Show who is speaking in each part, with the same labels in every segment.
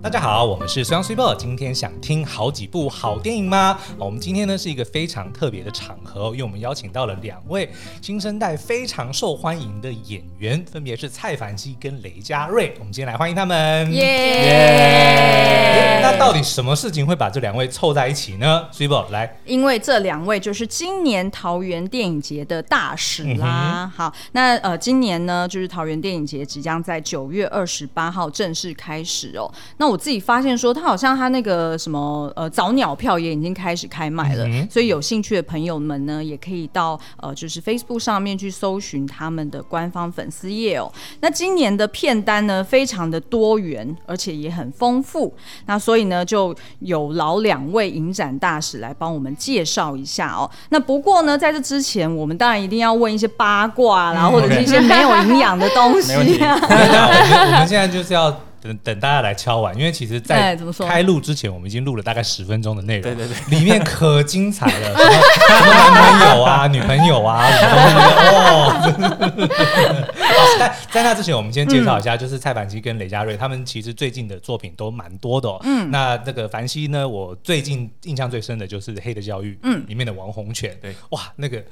Speaker 1: 大家好，我们是双 super。今天想听好几部好电影吗？哦我们今天呢是一个非常特别的场合哦，因为我们邀请到了两位新生代非常受欢迎的演员，分别是蔡凡熙跟雷佳瑞。我们今天来欢迎他们。
Speaker 2: 耶
Speaker 1: 诶那到底什么事情会把这两位凑在一起呢？Super 来，
Speaker 2: 因为这两位就是今年桃园电影节的大使
Speaker 1: 嗯
Speaker 2: 啦。好，那呃，今年呢，就是桃园电影节即将在九月二十八号正式开始哦。那我自己发现说，它好像它那个什么呃早鸟票也已经开始开卖了，
Speaker 1: 嗯
Speaker 2: 所以有兴趣的朋友们呢，也可以到呃就是 Facebook 上面去搜寻他们的官方粉丝页哦。那今年的片单呢，非常的多元，而且也很丰富。那所以呢，就有劳两位影展大使来帮我们介绍一下哦。那不过呢，在这之前，我们当然一定要问一些八卦啦，或者是一些没有营养的东西、
Speaker 3: 没问题
Speaker 2: 啊。
Speaker 1: 我跟你讲我们我们现在就是要等等大家来敲完，因为其实，
Speaker 2: 哎
Speaker 1: 在
Speaker 2: 怎么说
Speaker 1: 开录之前，我们已经录了大概十分钟的内容，
Speaker 3: 对对
Speaker 1: 对，里面可精彩了， 什么什么男朋友啊、女朋友啊，什么东西的哦。真的 好在在那之前，我们先介绍一
Speaker 2: 嗯
Speaker 1: 下，就是蔡凡熙跟雷佳瑞他们其实最近的作品都蛮多的、哦。嗯，那这个凡熙呢，我最近印象最深的就是《黑的教育》嗯里面的王洪泉，
Speaker 3: 对，
Speaker 1: 哇，那个。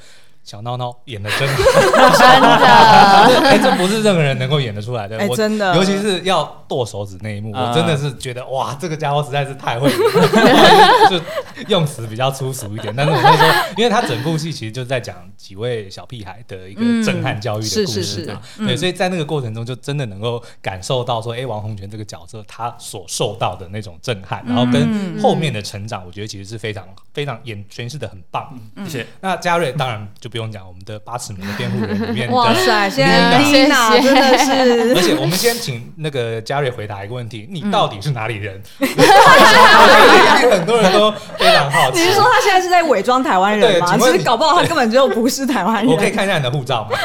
Speaker 1: 小孬孬演的真好， 真的， 哎，这不是任何人能够演得出来的。
Speaker 2: 哎
Speaker 1: 我
Speaker 2: 真的
Speaker 1: 尤其是要剁手指那一幕，我
Speaker 3: 啊
Speaker 1: 真的是觉得哇，这个家伙实在是太会演了， 就用词比较粗俗一点。但是我会说，因为他整部戏其实就是在讲几位小屁孩的一个
Speaker 2: 嗯
Speaker 1: 震撼教育的
Speaker 2: 是
Speaker 1: 故
Speaker 2: 是嗯
Speaker 1: 事
Speaker 2: 是
Speaker 1: 嘛，对，所以在那个过程中就真的能够感受到说，哎，王洪泉这个角色他所受到的那种震撼，然后
Speaker 2: 嗯
Speaker 1: 跟后面的成长，我觉得其实是非常非常演诠释的很棒。
Speaker 2: 嗯
Speaker 3: 谢谢。
Speaker 1: 那嘉瑞当然就不用讲，我们的八尺门的辩护人里面
Speaker 2: 哇
Speaker 1: 的。
Speaker 2: 塞，现在
Speaker 1: 琳达
Speaker 2: 琳娜
Speaker 4: 谢谢
Speaker 2: 真的是
Speaker 1: 而且我们先请那个嘉瑞回答一个问题：你到底是哪里 人？一定很多人都非常好奇
Speaker 2: 你。是说他现在是在伪装台湾人
Speaker 1: 对
Speaker 2: 吗？
Speaker 1: 请
Speaker 2: 其
Speaker 1: 问
Speaker 2: 实搞不好他根本就不是 台湾
Speaker 1: 我可以
Speaker 2: 人。
Speaker 1: 看一下你的护照 吗？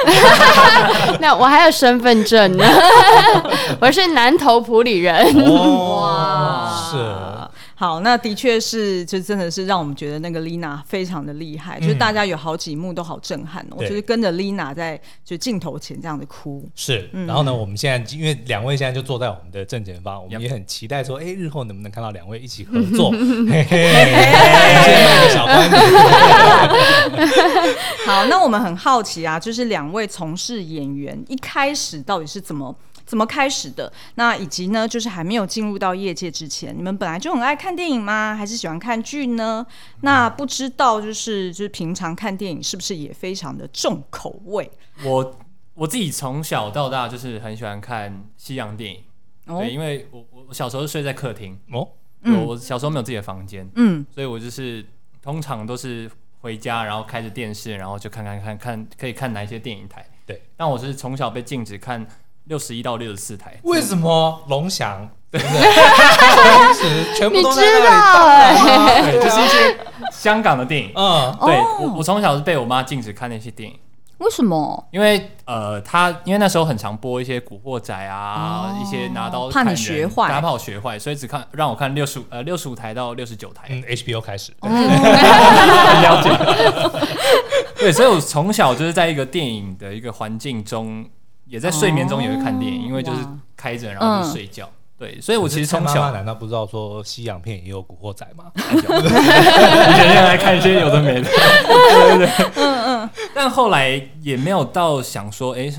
Speaker 4: 那我还有身份证呢，我是南投普里人。
Speaker 1: 哇，
Speaker 2: 哦好，那的确是，就真的是让我们觉得那个 Lina 非常的厉害，就是
Speaker 1: 嗯
Speaker 2: 大家有好几幕都好震撼哦，
Speaker 1: 对
Speaker 2: 就是跟着 Lina 在就镜头前这样的哭。
Speaker 1: 是
Speaker 2: 嗯
Speaker 1: 是。然后呢，我们现在因为两位现在就坐在我们的正前方，我们
Speaker 3: Yep
Speaker 1: 也很期待说，哎，日后能不能看到两位一起合 作？嘿嘿，先卖个小关子。
Speaker 2: 好，那我们很好奇啊，就是两位从事演员一开始到底是怎么怎么开始的？那以及呢，就是还没有进入到业界之前，你们本来就很爱看电影吗？还是喜欢看剧呢？那不知道就是就是平常看电影是不是也非常的重口味？
Speaker 3: 我我自己从小到大就是很喜欢看西洋电影，
Speaker 2: 哦
Speaker 3: 对，因为我我我小时候睡在客厅，
Speaker 1: 哦，
Speaker 2: 嗯
Speaker 3: 我我小时候没有自己的房间，
Speaker 2: 嗯，
Speaker 3: 所以我就是通常都是回家，然后开着电视，然后就看看看看可以看哪一些电影台。
Speaker 1: 对，
Speaker 3: 但我是从小被禁止看六十一到六十 四台，
Speaker 1: 为什么龙翔？对不 对？当时全部
Speaker 4: 你
Speaker 1: 都在
Speaker 4: 知道
Speaker 1: 那
Speaker 3: 欸
Speaker 1: 里
Speaker 4: 哎、
Speaker 1: 当然啊，
Speaker 3: 对，
Speaker 1: 对
Speaker 3: 就
Speaker 1: 啊
Speaker 3: 是一些香港的电
Speaker 2: 哦
Speaker 3: 影。
Speaker 1: 嗯，
Speaker 3: 对，我我从小是被我妈禁止看那些电影。
Speaker 4: 为什么？
Speaker 3: 因为呃，他因为那时候很常播一些《古惑仔》啊，一些拿刀
Speaker 2: 哦怕你
Speaker 3: 砍人
Speaker 2: 学坏
Speaker 3: 大家怕我学坏，所以只看让我看六十呃六十五台到六十九台，
Speaker 1: 嗯，HBO 开始，
Speaker 3: 哦很了解。对，所以我从小就是在一个电影的一个环境中，也在睡眠中也会看电影，
Speaker 2: 哦
Speaker 3: 因为就是
Speaker 2: 哇
Speaker 3: 开着然后就睡觉。对，所以我其实
Speaker 1: 蔡
Speaker 3: 从
Speaker 1: 妈妈
Speaker 3: 小
Speaker 1: 难道不知道说西洋片也有古惑仔吗？
Speaker 3: 啊以前用来看一些有的没的，对对对，嗯嗯。但后来也没有到想说，哎、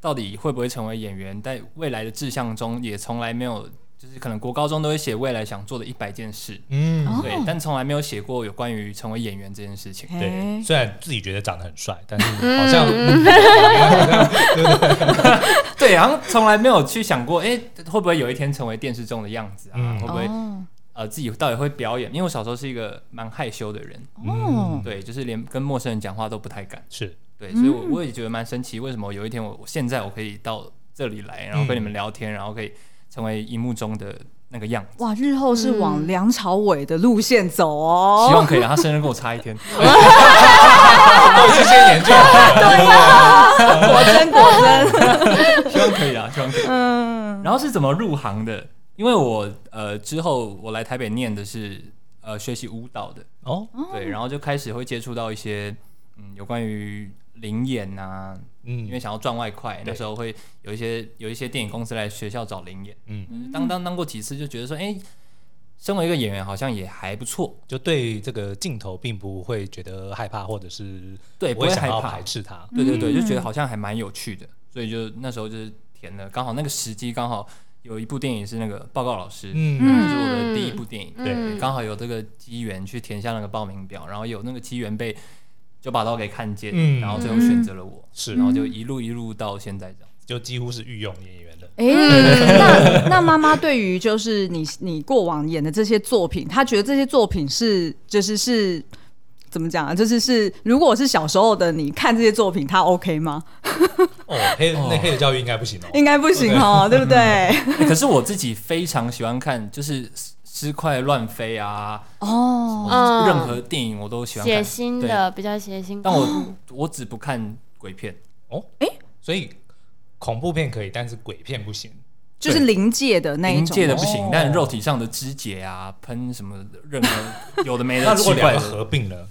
Speaker 3: 到底会不会成为演员？在未来的志向中，也从来没有，就是可能国高中都会写未来想做的一百件事，
Speaker 1: 嗯，
Speaker 3: 对，但从来没有写过有关于成为演员这件事情。
Speaker 1: 对，
Speaker 2: 嘿
Speaker 1: 虽然自己觉得长得很帅，但是好像
Speaker 3: 嗯
Speaker 1: 嗯
Speaker 3: 对，然后从来没有去想过，哎、会不会有一天成为电视中的样子啊？
Speaker 1: 嗯
Speaker 3: 会不会、
Speaker 2: 哦
Speaker 3: 呃自己到底会表演？因为我小时候是一个蛮害羞的人，
Speaker 2: 哦，
Speaker 3: 对，就是连跟陌生人讲话都不太敢。
Speaker 1: 是
Speaker 3: 对，所以我
Speaker 2: 嗯
Speaker 3: 我也觉得蛮神奇，为什么有一天我我现在我可以到这里来，然后跟你
Speaker 2: 嗯
Speaker 3: 们聊天，然后可以成为荧幕中的那个样子。
Speaker 2: 哇，日后是往梁朝伟的路线走哦。
Speaker 3: 希望可以啊，他生日跟我差一天，
Speaker 1: 都是先 研究，
Speaker 3: 啊
Speaker 2: 果真果 真，
Speaker 3: 希望可以啊，希望可以。
Speaker 2: 嗯，
Speaker 3: 然后是怎么入行的？因为我呃之后我来台北念的是呃学习舞蹈的，
Speaker 1: 哦，
Speaker 3: 对，然后就开始会接触到一些嗯有关于灵演啊，
Speaker 1: 嗯
Speaker 3: 因为想要赚外快，那
Speaker 1: 对
Speaker 3: 时候会有一些有一些电影公司来学校找零演，
Speaker 1: 嗯，
Speaker 3: 当当当过几次就觉得说，哎、身为一个演员好像也还不错，
Speaker 1: 就对这个镜头并不会觉得害怕，或者是
Speaker 3: 对
Speaker 1: 不会
Speaker 3: 不会
Speaker 1: 想要
Speaker 3: 害怕
Speaker 1: 排斥它。
Speaker 3: 对对对，就觉得好像还蛮有趣的，所以就那时候就是填了，刚好那个时机刚好有一部电影是那个报告老师，
Speaker 1: 嗯
Speaker 3: 那是我的第一部电影，
Speaker 1: 对
Speaker 4: 嗯
Speaker 3: 刚好有这个机缘去填下那个报名表，然后有那个机缘被九把刀给看见，
Speaker 1: 嗯
Speaker 3: 然后最后选择了我，
Speaker 1: 是
Speaker 3: 然后就一路一路到现在这样。
Speaker 1: 就几乎是御用演员的。
Speaker 2: 哎、那那妈妈对于就是你你过往演的这些作品，她觉得这些作品是就是是怎么讲啊？就是是如果是小时候的你看这些作品，她 OK 吗？
Speaker 1: 哦，黑
Speaker 3: 哦
Speaker 1: 那黑的教育应该不行哦。
Speaker 2: 应该不行哦， 对不对？
Speaker 3: 欸可是我自己非常喜欢看，就是尸尸块乱飞啊，
Speaker 2: 哦，
Speaker 4: 嗯
Speaker 3: 任何电影我都喜欢
Speaker 4: 血
Speaker 3: 看，
Speaker 4: 腥
Speaker 3: 对，
Speaker 4: 的比较血腥，
Speaker 3: 但我我只不看鬼片。
Speaker 1: 哦，所以恐怖片可以，但是鬼片不行。
Speaker 2: 就是临界的那一
Speaker 3: 临
Speaker 2: 种。
Speaker 3: 界的不
Speaker 1: 哦
Speaker 3: 行，但肉体上的肢解啊、喷什么的任何有的没
Speaker 1: 那
Speaker 3: 的
Speaker 1: 如
Speaker 3: 奇
Speaker 1: 果两
Speaker 3: 怪
Speaker 1: 个
Speaker 3: 的，
Speaker 1: 合并了，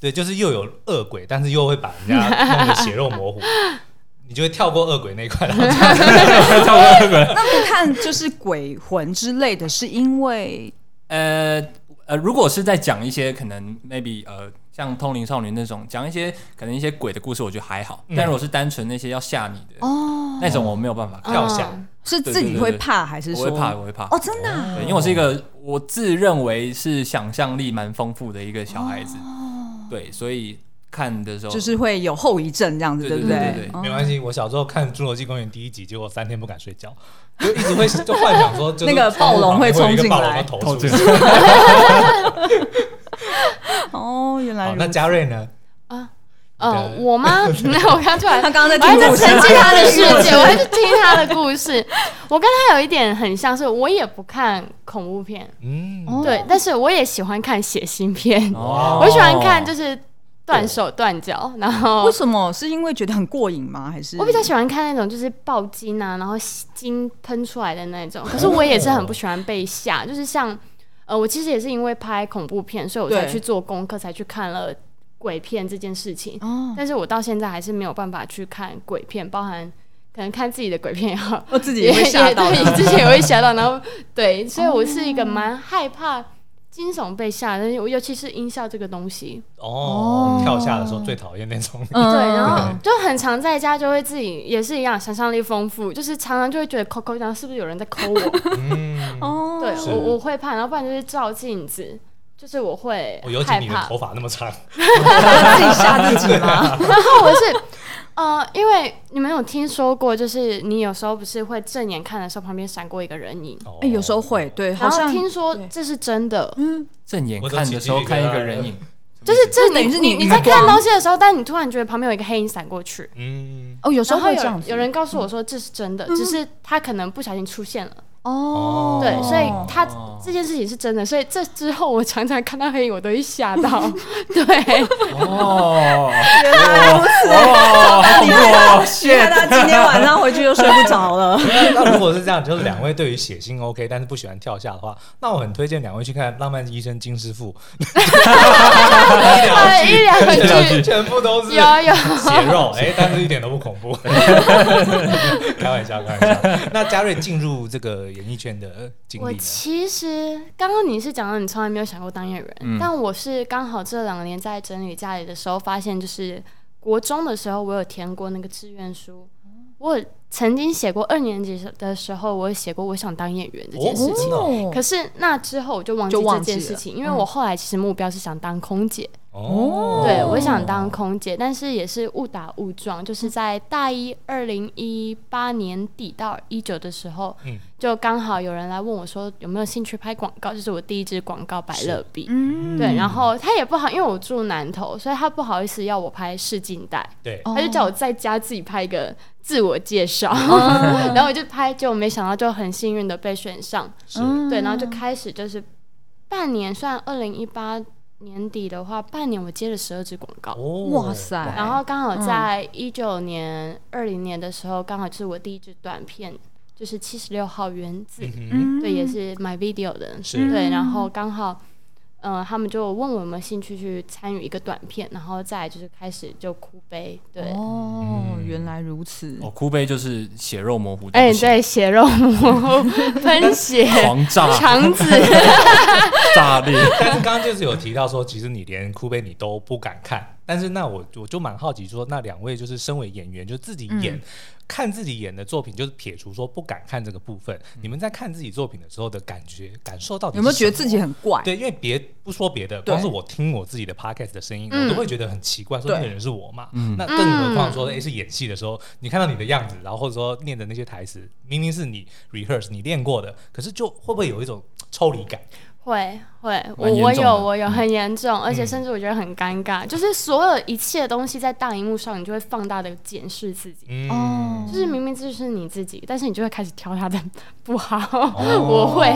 Speaker 1: 对，就是又有恶鬼，但是又会把人家弄得血肉模糊，你就会跳过恶鬼那一块，然后
Speaker 2: 那不看就是鬼魂之类的，是因为
Speaker 3: 呃呃，如果是在讲一些可能 maybe 呃像通灵少女那种讲一些可能一些鬼的故事，我觉得还好。
Speaker 1: 嗯
Speaker 3: 但如果是单纯那些要吓你的
Speaker 2: 哦，
Speaker 3: 那种，我没有办法看，
Speaker 1: 跳下。
Speaker 2: 是自己会怕还是
Speaker 3: 我
Speaker 2: 说
Speaker 3: 会怕，我会怕。
Speaker 2: 哦，真的啊、
Speaker 3: 对，因为我是一个我自认为是想象力蛮丰富的一个小孩子，
Speaker 4: 哦
Speaker 3: 对，所以看的时候
Speaker 2: 就是会有后遗症这样子，
Speaker 3: 哦对
Speaker 2: 不
Speaker 3: 对对对对
Speaker 2: 哦
Speaker 1: 没关系，我小时候看《侏罗纪公园》第一集，结果三天不敢睡觉，就一直会就幻想说，就是
Speaker 2: 那个暴龙会冲进来
Speaker 1: 窗户旁边会有一个暴龙要投 出去。
Speaker 2: 哦，原来
Speaker 1: 好，
Speaker 2: 如
Speaker 1: 那
Speaker 2: 此。
Speaker 1: 嘉瑞 呢？
Speaker 4: 哦，我吗？那我刚突然，
Speaker 2: 他刚刚在
Speaker 4: 我还
Speaker 2: 听
Speaker 4: 在
Speaker 2: 故事
Speaker 4: 沉浸他的世
Speaker 2: 他在听故
Speaker 4: 界，
Speaker 2: 事
Speaker 4: 我还在听他的故事。我跟他有一点很像是，我也不看恐怖片，
Speaker 1: 嗯，
Speaker 2: 哦
Speaker 4: 对，但是我也喜欢看血腥片，
Speaker 3: 哦
Speaker 4: 我喜欢看就是断手断脚，然后
Speaker 2: 为什么？是因为觉得很过瘾吗？还是
Speaker 4: 我比较喜欢看那种就是爆筋啊，然后筋喷出来的那
Speaker 2: 哦
Speaker 4: 种。可是我也是很不喜欢被吓，就是像呃，我其实也是因为拍恐怖片，所以我才
Speaker 2: 对
Speaker 4: 去做功课，才去看了鬼片这件事情。
Speaker 2: 哦，
Speaker 4: 但是我到现在还是没有办法去看鬼片，包含可能看自己的鬼片也好，
Speaker 2: 我 哦自己也会
Speaker 4: 也
Speaker 2: 吓到
Speaker 4: 也
Speaker 2: 的。
Speaker 4: 对，自己也会吓到。然后对，所以我是一个蛮害怕惊悚被吓，但是尤其是音效这个东西，
Speaker 1: 哦
Speaker 2: 哦，
Speaker 1: 跳下的时候最讨厌那 种。
Speaker 2: 嗯
Speaker 4: 对，然 后就很常在家就会自己也是一样，想象力丰富，就是常常就会觉得抠抠，然后是不是有人在抠我？
Speaker 1: 嗯，
Speaker 2: 哦，
Speaker 4: 对
Speaker 1: 是
Speaker 4: 我我会怕，然后不然就是照镜子，就是我会
Speaker 1: 我哦尤其
Speaker 4: 害
Speaker 1: 你的
Speaker 4: 怕
Speaker 1: 头。发那么长，
Speaker 2: 自己吓自己吗？
Speaker 4: 然后我是，呃，因为你们有听说过，就是你有时候不是会正眼看的时候，旁边闪过一个人影，
Speaker 1: 哦
Speaker 2: 哎，有时候会，对，好
Speaker 4: 然后
Speaker 2: 像
Speaker 4: 听说
Speaker 2: 对嗯
Speaker 4: 这是真的，
Speaker 3: 正眼
Speaker 1: 我都
Speaker 3: 看
Speaker 1: 起
Speaker 3: 的
Speaker 1: 鸡
Speaker 3: 时候
Speaker 1: 皮疙
Speaker 3: 看一
Speaker 1: 瘩
Speaker 3: 个
Speaker 1: 了
Speaker 3: 人影，
Speaker 4: 就是这
Speaker 2: 就等于是你
Speaker 4: 你
Speaker 2: 你
Speaker 4: 在
Speaker 2: 在
Speaker 4: 看东西的时候，但你突然觉得旁边有一个黑影闪过去，
Speaker 1: 嗯，
Speaker 2: 哦，有时嗯
Speaker 4: 然
Speaker 2: 候
Speaker 4: 后
Speaker 2: 会这
Speaker 4: 有
Speaker 2: 样子。
Speaker 4: 有人告诉我说这是真的，只是他可能不小心出现了。
Speaker 2: 哦，
Speaker 4: 对，所以他
Speaker 3: 哦
Speaker 4: 这件事情是真的，所以这之后我常常看到黑影，我都会吓 到。对，
Speaker 3: 哦，
Speaker 2: 原来如此。
Speaker 3: 哦，
Speaker 2: 哇， 你看他今天晚上回去又睡不着了。
Speaker 1: 那如果是这样，就是两位对于血腥 OK，但是不喜欢跳下的话，那我很推荐两位去看《浪漫医生金师傅》，
Speaker 4: 呃，一两
Speaker 1: 这两
Speaker 4: 句
Speaker 1: 句全部都是
Speaker 4: 有有，
Speaker 1: 血肉， 哎、但是一点都不恐怖。开玩笑，开玩笑。那嘉瑞进入这个演艺圈的呃经
Speaker 4: 我
Speaker 1: 历呢？
Speaker 4: 其实刚刚你是讲到你从来没有想过当演员，但我是刚好这两年在整理家里的时候，发现就是国中的时候，我有填过那个志愿书，我有曾经写过二年级的时候，我有写过我想当演员这件事情。
Speaker 2: 哦
Speaker 4: 可是那之后我就忘记
Speaker 2: 就忘
Speaker 4: 这
Speaker 2: 记
Speaker 4: 件
Speaker 2: 了
Speaker 4: 事情，因为我后来其实目标是想当空姐，
Speaker 1: 哦
Speaker 4: 对我想当空姐，但是也是误打误撞，就是在大一二零一八年底到一九的时候，
Speaker 1: 嗯
Speaker 4: 就刚好有人来问我说有没有兴趣拍广告，就是我第一支广告百乐笔，
Speaker 2: 嗯，
Speaker 4: 对，然后他也不好，因为我住南头，所以他不好意思要我拍试镜带，
Speaker 1: 对，
Speaker 4: 他就叫我在家自己拍一个自我介绍， 然后我就拍，结果没想到就很幸运的被选上，
Speaker 1: 是
Speaker 2: 嗯
Speaker 4: 对，然后就开始就是半年，算二零一八年底的话，半年我接了十二支广告。
Speaker 1: 哦
Speaker 2: 哇塞
Speaker 4: 然后刚
Speaker 2: 嗯
Speaker 4: 好在一九年、二零、年的时候，刚好就是我第一支短片，就是七十六号原子，
Speaker 1: 嗯哼
Speaker 2: 嗯
Speaker 4: 对，也是 My Video 的，
Speaker 1: 是
Speaker 4: 对，然后刚好。呃，他们就问我有没有兴趣去参与一个短片，然后再来就是开始就哭悲，对，
Speaker 2: 哦，原来如此。
Speaker 3: 哦，哭悲就是血肉模糊，不
Speaker 4: 哎、
Speaker 3: 行，
Speaker 4: 对，血肉模糊 喷血，
Speaker 3: 狂 炸
Speaker 4: 肠子，
Speaker 3: 炸裂。
Speaker 1: 但是刚刚就是有提到说，其实你连哭悲你都不敢看，但是那我我就蛮好奇说，那两位就是身为演员，就自己演、
Speaker 2: 嗯
Speaker 1: 看自己演的作品，就是撇除说不敢看这个部分，你们在看自己作品的时候的感觉感受到底
Speaker 2: 嗯有没有
Speaker 1: 是
Speaker 2: 觉得
Speaker 1: 什
Speaker 2: 自
Speaker 1: 么
Speaker 2: 己很怪？
Speaker 1: 对，因为别不说别的，
Speaker 2: 对
Speaker 1: 光是我听我自己的 podcast 的声音，
Speaker 4: 嗯
Speaker 1: 我都会觉得很奇怪，说
Speaker 2: 对嗯
Speaker 1: 那个人是我嘛？那更何况说，哎、是演戏的时候，你看到你的样子，然后或者说念的那些台词，明明是你 rehearse 你练过的，可是就会不会有一种抽离感？
Speaker 4: 会会，我
Speaker 3: 蛮严
Speaker 4: 我
Speaker 3: 重
Speaker 4: 有
Speaker 3: 的
Speaker 4: 我有很严重，而且甚至我觉得很尴尬，就是所有一切东西在大荧幕上，你就会放大的检视自己。
Speaker 1: 嗯，
Speaker 2: 哦
Speaker 4: 就是明明这就是你自己，但是你就会开始挑他的 不好。
Speaker 1: 哦
Speaker 4: 我会，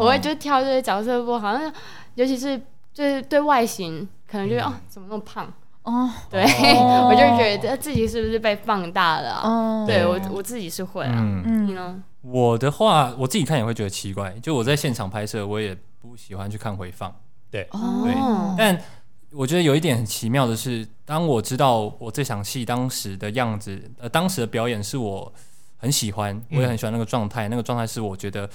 Speaker 4: 我会就挑这些角色不好，像尤其是就是对外形，可能就是、哦怎么那么胖，
Speaker 2: 哦
Speaker 4: 对、
Speaker 2: 哦
Speaker 4: 我就觉得自己是不是被放大了啊、
Speaker 2: 哦，
Speaker 4: 对我我自己是会啊，
Speaker 3: 嗯，
Speaker 4: 你呢？
Speaker 3: 我的话，我自己看也会觉得奇怪，就我在现场拍摄，我也不喜欢去看回放。对
Speaker 4: 哦，
Speaker 3: 但我觉得有一点很奇妙的是，当我知道我这场戏当时的样子，呃，当时的表演是我很喜欢，我也很喜欢那个状态，那个状态是我觉得，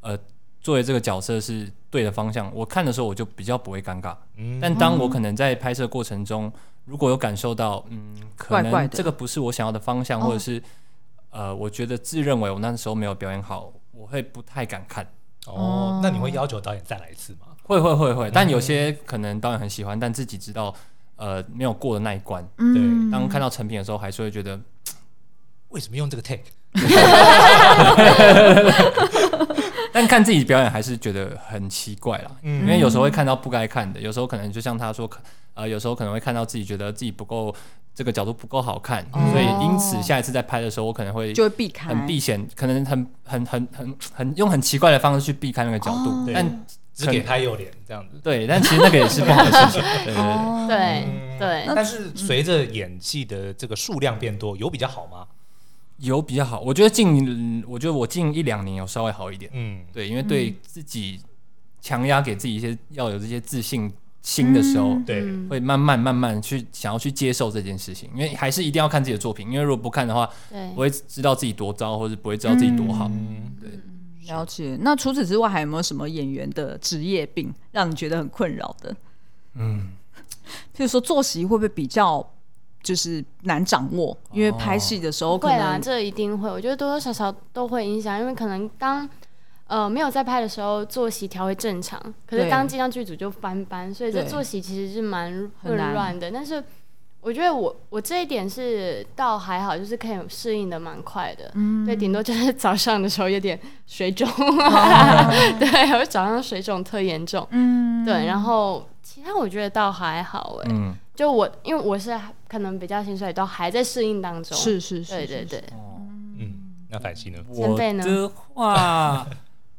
Speaker 3: 呃，作为这个角色是对的方向。我看的时候我就比较不会尴尬，
Speaker 1: 嗯
Speaker 3: 但当我可能在拍摄过程中，如果有感受到，嗯，可
Speaker 2: 怪怪的
Speaker 3: 能
Speaker 2: 哦
Speaker 3: 这个不是我想要的方向，或者是呃，我觉得自认为我那时候没有表演好，我会不太敢看。
Speaker 1: 哦，那你会要求导演再来一次吗？
Speaker 3: 会会会会，但有些可能导演很喜欢，但自己知道，呃，没有过的那一关。
Speaker 2: 嗯，
Speaker 3: 当看到成品的时候，还是会觉得，
Speaker 1: 为什么用这个 take？
Speaker 3: 但看自己表演还是觉得很奇怪啦。
Speaker 1: 嗯
Speaker 3: 因为有时候会看到不该看的，有时候可能就像他说，可呃，有时候可能会看到自己觉得自己不够这个角度不够好看，所以因此下一次在拍的时候，我可能会
Speaker 2: 就会避开，
Speaker 3: 很避嫌，可能很很很很很用很奇怪的方式去避开那个角度，
Speaker 2: 哦
Speaker 1: 对
Speaker 3: 但
Speaker 1: 只给他右脸这样子。
Speaker 3: 对，但其实那个也是不好的事情。对对
Speaker 2: 哦
Speaker 3: 对，
Speaker 4: 对
Speaker 1: 嗯
Speaker 4: 对，
Speaker 1: 但是随着演戏的这个数量变多，有比较好吗？
Speaker 3: 有比较好，我觉得近，我觉得我近一两年有稍微好一点。
Speaker 1: 嗯，
Speaker 3: 对，因为对自己强压给自己一些要有这些自信心的时候，
Speaker 1: 对，
Speaker 4: 嗯
Speaker 3: 会慢慢慢慢去想要去接受这件事情，因为还是一定要看自己的作品，因为如果不看的话，
Speaker 4: 对
Speaker 3: 不。会知道自己多糟，或者不会知道自己多好。
Speaker 1: 嗯，
Speaker 2: 了解。那除此之外，还有没有什么演员的职业病让你觉得很困扰的？
Speaker 3: 嗯，
Speaker 2: 譬如说作息会不会比较就是难掌握？因
Speaker 3: 哦
Speaker 2: 为拍戏的时候可
Speaker 4: 会啦，
Speaker 2: 能
Speaker 4: 这一定会，我觉得多多少少都会影响，因为可能当呃没有在拍的时候，作息调回正常，可是
Speaker 2: 对
Speaker 4: 当进到剧组就翻班，所以这
Speaker 2: 对
Speaker 4: 作息其实是蛮
Speaker 2: 很
Speaker 4: 混
Speaker 2: 难
Speaker 4: 乱的。但是我觉得我我这一点是倒还好，就是可以适应的蛮快的。
Speaker 2: 嗯
Speaker 4: 对，顶多就是早上的时候有点 水肿，对，我早上水肿特严重。
Speaker 2: 嗯，
Speaker 4: 对，然后其他我觉得倒还好哎、
Speaker 3: 嗯，
Speaker 4: 就我因为我是可能比较心衰，都还在适应当中。，
Speaker 2: 是是是，
Speaker 4: 对
Speaker 2: 是
Speaker 4: 对，对
Speaker 2: 是。
Speaker 1: 嗯，那反西呢？
Speaker 4: 前
Speaker 3: 我
Speaker 4: 辈呢
Speaker 3: 的话，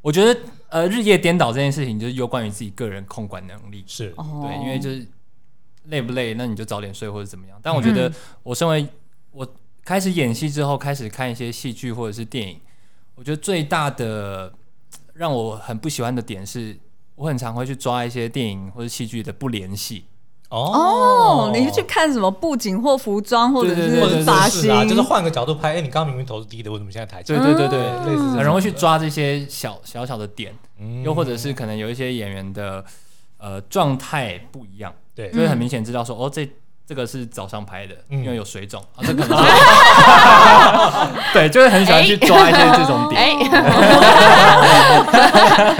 Speaker 3: 我觉得呃日夜颠倒这件事情就是有关于自己个人控管能力。
Speaker 1: 是，
Speaker 2: 哦，
Speaker 3: 对，因为就是累不累，那你就早点睡或者怎么样。但我觉得，我身为我开始演戏之后，开始看一些戏剧或者是电影，我觉得最大的让我很不喜欢的点是，我很常会去抓一些电影或者戏剧的不联系。
Speaker 2: 哦，你去看什么布景或服装，或者
Speaker 3: 对对对
Speaker 2: 是
Speaker 3: 对
Speaker 2: 发
Speaker 1: 发型
Speaker 2: 型，
Speaker 1: 啊，就是换个角度拍。哎、你刚刚明明头是低的，为什么现在抬起
Speaker 3: 对
Speaker 1: 来？
Speaker 3: 对对对，
Speaker 1: 类似这种
Speaker 3: 很容易去抓这些小小小的点，
Speaker 1: 嗯
Speaker 3: 又或者是可能有一些演员的呃状态不一样，
Speaker 1: 对
Speaker 3: 就会很明显知道说，哦，这这个是早上拍的，
Speaker 1: 嗯
Speaker 3: 因为有水肿，啊，这可能是 对，就会很喜欢去抓一些这种点。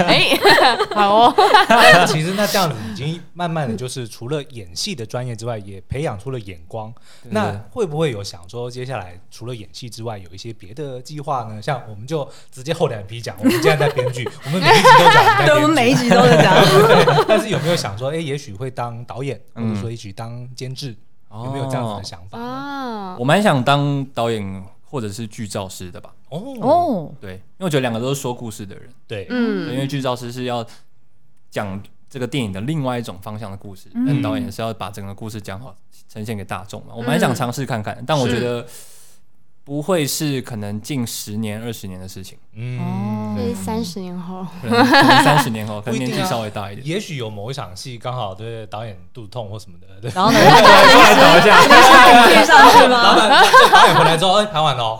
Speaker 4: 哎， 哎，好哦，
Speaker 1: 但其实那这样子已经慢慢的就是除了演戏的专业之外，也培养出了眼光。
Speaker 3: 对
Speaker 1: 那会不会有想说，接下来除了演戏之外，有一些别的计划呢？像我们就直接厚脸皮讲，我们现在在编剧，我们每一集都讲我们在编剧，
Speaker 2: 对我们每一集 都是这 样。
Speaker 1: 对但是有没有想说，哎、也许会当导演，或者说也许当监制，
Speaker 3: 嗯哦
Speaker 1: 有没有这样子的想法？
Speaker 4: 啊，
Speaker 3: 我蛮想当导演或者是剧照师的吧，
Speaker 1: 哦，
Speaker 2: 哦，
Speaker 3: 对，因为我觉得两个都是说故事的人，
Speaker 1: 对，
Speaker 3: 对
Speaker 4: 嗯，
Speaker 3: 因为剧照师是要讲这个电影的另外一种方向的故事，但导演是要把整个故事讲好，呈现给大众嘛。我蛮想尝试看看，但我觉得不会是可能近十年、二十年的事情。
Speaker 1: 嗯，
Speaker 4: 所以三十年后，
Speaker 3: 三十年后，可
Speaker 1: 不
Speaker 3: 能
Speaker 1: 一定
Speaker 3: 年
Speaker 1: 啊
Speaker 3: 纪稍微大一点，
Speaker 1: 也许有某一场戏刚好对导演肚子痛或什么的，对，
Speaker 2: 然后 呢，
Speaker 3: 快倒 一下，
Speaker 2: 贴上去
Speaker 1: 老
Speaker 2: 吗？
Speaker 1: 板这导演回来之后，哎，排完了哦，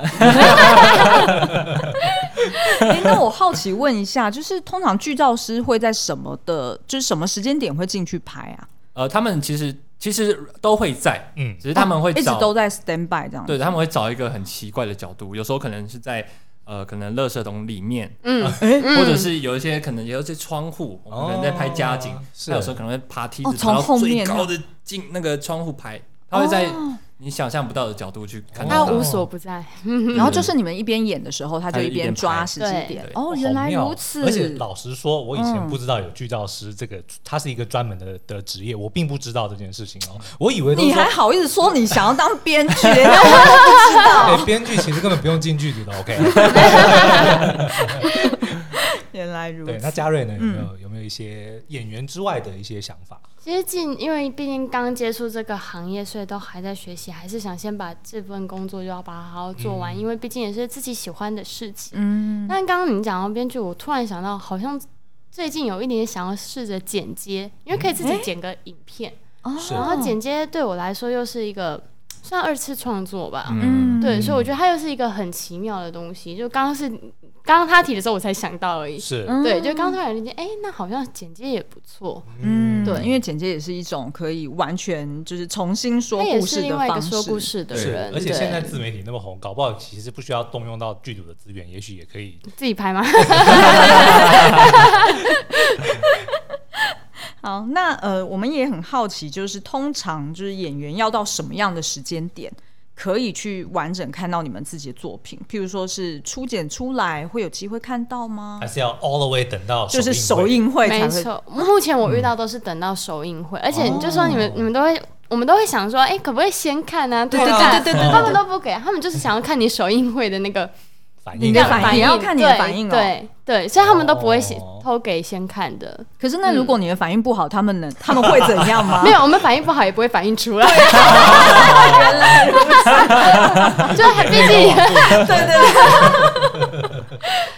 Speaker 2: 哎，那我好奇问一下，就是通常剧照师会在什么的，就是什么时间点会进去拍啊？
Speaker 3: 呃，他们其实其实都会在，
Speaker 1: 嗯
Speaker 3: 只是他们会
Speaker 2: 哦一直
Speaker 3: 找，
Speaker 2: 都在 stand by 这样。
Speaker 3: 对，他们会找一个很奇怪的角度，有时候可能是在呃，可能垃圾桶里面，啊
Speaker 4: 嗯，
Speaker 3: 或者是有一些可能有一些窗户，我们可能在拍家景
Speaker 1: 哦，是
Speaker 3: 他有时候可能会爬梯
Speaker 2: 哦哦
Speaker 3: 子
Speaker 2: 从
Speaker 3: 爬到
Speaker 2: 后面
Speaker 3: 最高的进那个窗户拍，他会在你想象不到的角度去看
Speaker 4: 他
Speaker 3: 到它
Speaker 4: 无所不在，
Speaker 2: 然后就是你们一边演的时候，他就
Speaker 3: 他就
Speaker 2: 一
Speaker 3: 一边
Speaker 2: 边抓
Speaker 3: 拍
Speaker 2: 时间点
Speaker 3: 对。
Speaker 2: 哦，
Speaker 1: 好
Speaker 2: 原来
Speaker 1: 妙
Speaker 2: 如此。
Speaker 1: 而且老实说，我以前
Speaker 2: 嗯
Speaker 1: 不知道有剧照师这个，他是一个专门的的职业，我并不知道这件事情哦，我以为都
Speaker 2: 你
Speaker 1: 是
Speaker 2: 还
Speaker 1: 说
Speaker 2: 好意思说你想要当编 剧？ 人家都不知道。
Speaker 1: 哎，编剧其实根本不用进剧组的，OK？
Speaker 2: 原来如
Speaker 1: 对，那
Speaker 2: 此。
Speaker 1: 嘉瑞呢，有没
Speaker 2: 嗯
Speaker 1: 有有没有一些演员之外的一些想法？
Speaker 4: 其实进，因为毕竟刚接触这个行业，所以都还在学习，还是想先把这份工作就要把它好好做完，因为毕竟也是自己喜欢的事情。
Speaker 2: 嗯，
Speaker 4: 但刚刚你讲到编剧，我突然想到，好像最近有一点想要试着剪接，因为可以自己剪个影片，
Speaker 2: 哦
Speaker 1: 是
Speaker 4: 然后剪接对我来说又是一个算二次创作吧。
Speaker 3: 嗯，
Speaker 4: 对，所以我觉得它又是一个很奇妙的东西。就刚刚是刚刚他提的时候，我才想到而已。
Speaker 1: 是，
Speaker 2: 嗯
Speaker 4: 对，就刚突然间，哎、那好像剪接也不错。
Speaker 2: 嗯，
Speaker 4: 对
Speaker 2: 因为剪接也是一种可以完全就是重新说
Speaker 4: 他也
Speaker 2: 故
Speaker 4: 是
Speaker 2: 事
Speaker 4: 另
Speaker 2: 的
Speaker 4: 外一个
Speaker 2: 方
Speaker 4: 说故
Speaker 2: 式。
Speaker 4: 事的
Speaker 1: 是，
Speaker 4: 人，
Speaker 1: 而且
Speaker 4: 对
Speaker 1: 现在自媒体那么红，搞不好其实不需要动用到剧组的资源，也许也可以。
Speaker 2: 嗯
Speaker 4: 自己拍吗？
Speaker 2: 好，那呃，我们也很好奇，就是通常就是演员要到什么样的时间点可以去完整看到你们自己的作品？譬如说是初剪出来，会有机会看到吗
Speaker 1: 还？是要 all the way 等到
Speaker 2: 就是
Speaker 1: 首
Speaker 2: 啊首映会才
Speaker 4: 没
Speaker 2: 会
Speaker 4: 错，目前我遇到都是等到首映会，而且你就说你们、
Speaker 1: 哦
Speaker 4: 你们都会。我们都会想说，哎、可不可以先看呢、啊？
Speaker 2: 对
Speaker 4: 偷
Speaker 2: 对
Speaker 4: 看
Speaker 2: 对对对对
Speaker 4: 他们都不给，他们就是想要看你首映会的那个
Speaker 1: 反
Speaker 2: 你
Speaker 1: 应
Speaker 2: 的
Speaker 1: 啊
Speaker 2: 反应也要看你的反应哦
Speaker 4: 对对对，所以他们都不会先
Speaker 1: 哦
Speaker 4: 偷给先看的。
Speaker 2: 可是那如果你的反应不好，他们
Speaker 4: 嗯
Speaker 2: 能他们会怎样 吗？
Speaker 4: 没有，我们反应不好也不会反应出来，
Speaker 2: 啊原来如此， 啊
Speaker 4: 就还毕竟
Speaker 2: 对对对，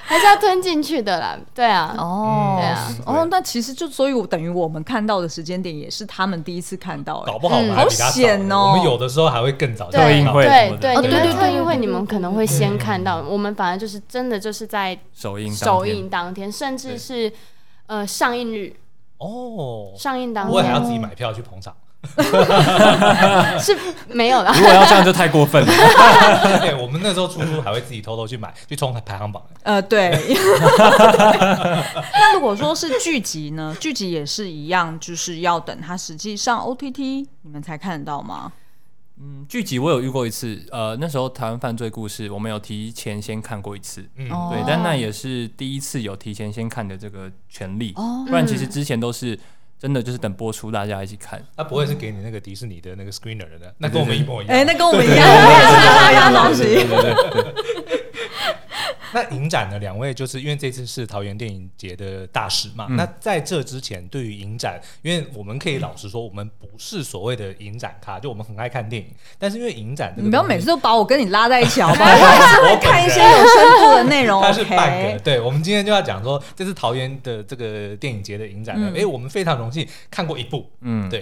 Speaker 4: 还是要吞进去的啦。对啊，
Speaker 2: 哦
Speaker 4: 对啊
Speaker 2: 哦，那其实就所以，我等于我们看到的时间点也是他们第一次看到、
Speaker 1: 搞
Speaker 2: 欸，
Speaker 1: 不好我们还比他
Speaker 2: 好
Speaker 1: 早
Speaker 2: 险哦
Speaker 1: 我们有的时候还会更早就
Speaker 4: 对
Speaker 1: 映
Speaker 3: 会什么的
Speaker 4: 对对，
Speaker 2: 哦
Speaker 4: 你
Speaker 2: 对对
Speaker 4: 们
Speaker 2: 对
Speaker 4: 特映
Speaker 2: 对
Speaker 4: 会
Speaker 2: 对
Speaker 4: 你们可能
Speaker 1: 对
Speaker 4: 会先看到，我们反而就是真的就是在
Speaker 3: 首映当
Speaker 4: 首
Speaker 3: 天
Speaker 4: 映当天，甚
Speaker 1: 对
Speaker 4: 至是呃上映日
Speaker 1: 哦，
Speaker 4: 上映当
Speaker 1: 我也还要
Speaker 4: 天
Speaker 1: 自己买票去捧场。
Speaker 4: 是没有啦。
Speaker 3: 如果要这样就太过分了，
Speaker 1: 对，我们那时候出书还会自己偷偷去买，去冲排行榜。
Speaker 2: 呃，对。 那如果说是剧集呢？剧集也是一样，就是要等它实际上 OTT 你们才看得到吗？
Speaker 3: 嗯，剧集我有遇过一次，呃，那时候台湾犯罪故事，我们有提前先看过一次，
Speaker 1: 嗯，
Speaker 2: 哦
Speaker 3: 对，但那也是第一次有提前先看的这个权利，
Speaker 2: 哦
Speaker 3: 不然其实之前都是真的就是等播出大家一 起看，
Speaker 1: 他不会是给你那个迪士尼的那个 screener 的呢，那跟我们一模一样。
Speaker 2: 哎、那跟我们一样，我也是看到一样东 西。
Speaker 1: 那影展的两位就是因为这次是桃园电影节的大使嘛，
Speaker 3: 嗯
Speaker 1: 那在这之前，对于影展，因为我们可以老实说，我们不是所谓的影展咖，就我们很爱看电影，但是因为影展这个
Speaker 2: 你不要
Speaker 1: 东西
Speaker 2: 每次都把我跟你拉在一起好 不好？
Speaker 1: 我
Speaker 2: 还是
Speaker 1: 我
Speaker 2: 会
Speaker 1: 本
Speaker 2: 看一
Speaker 1: 人
Speaker 2: 些有深度的内 容。
Speaker 1: 它是半个
Speaker 2: OK，。
Speaker 1: 对，我们今天就要讲说，这次桃园的这个电影节的影展呢，
Speaker 2: 嗯
Speaker 1: 哎、我们非常荣幸看过一部，
Speaker 3: 嗯，
Speaker 1: 对，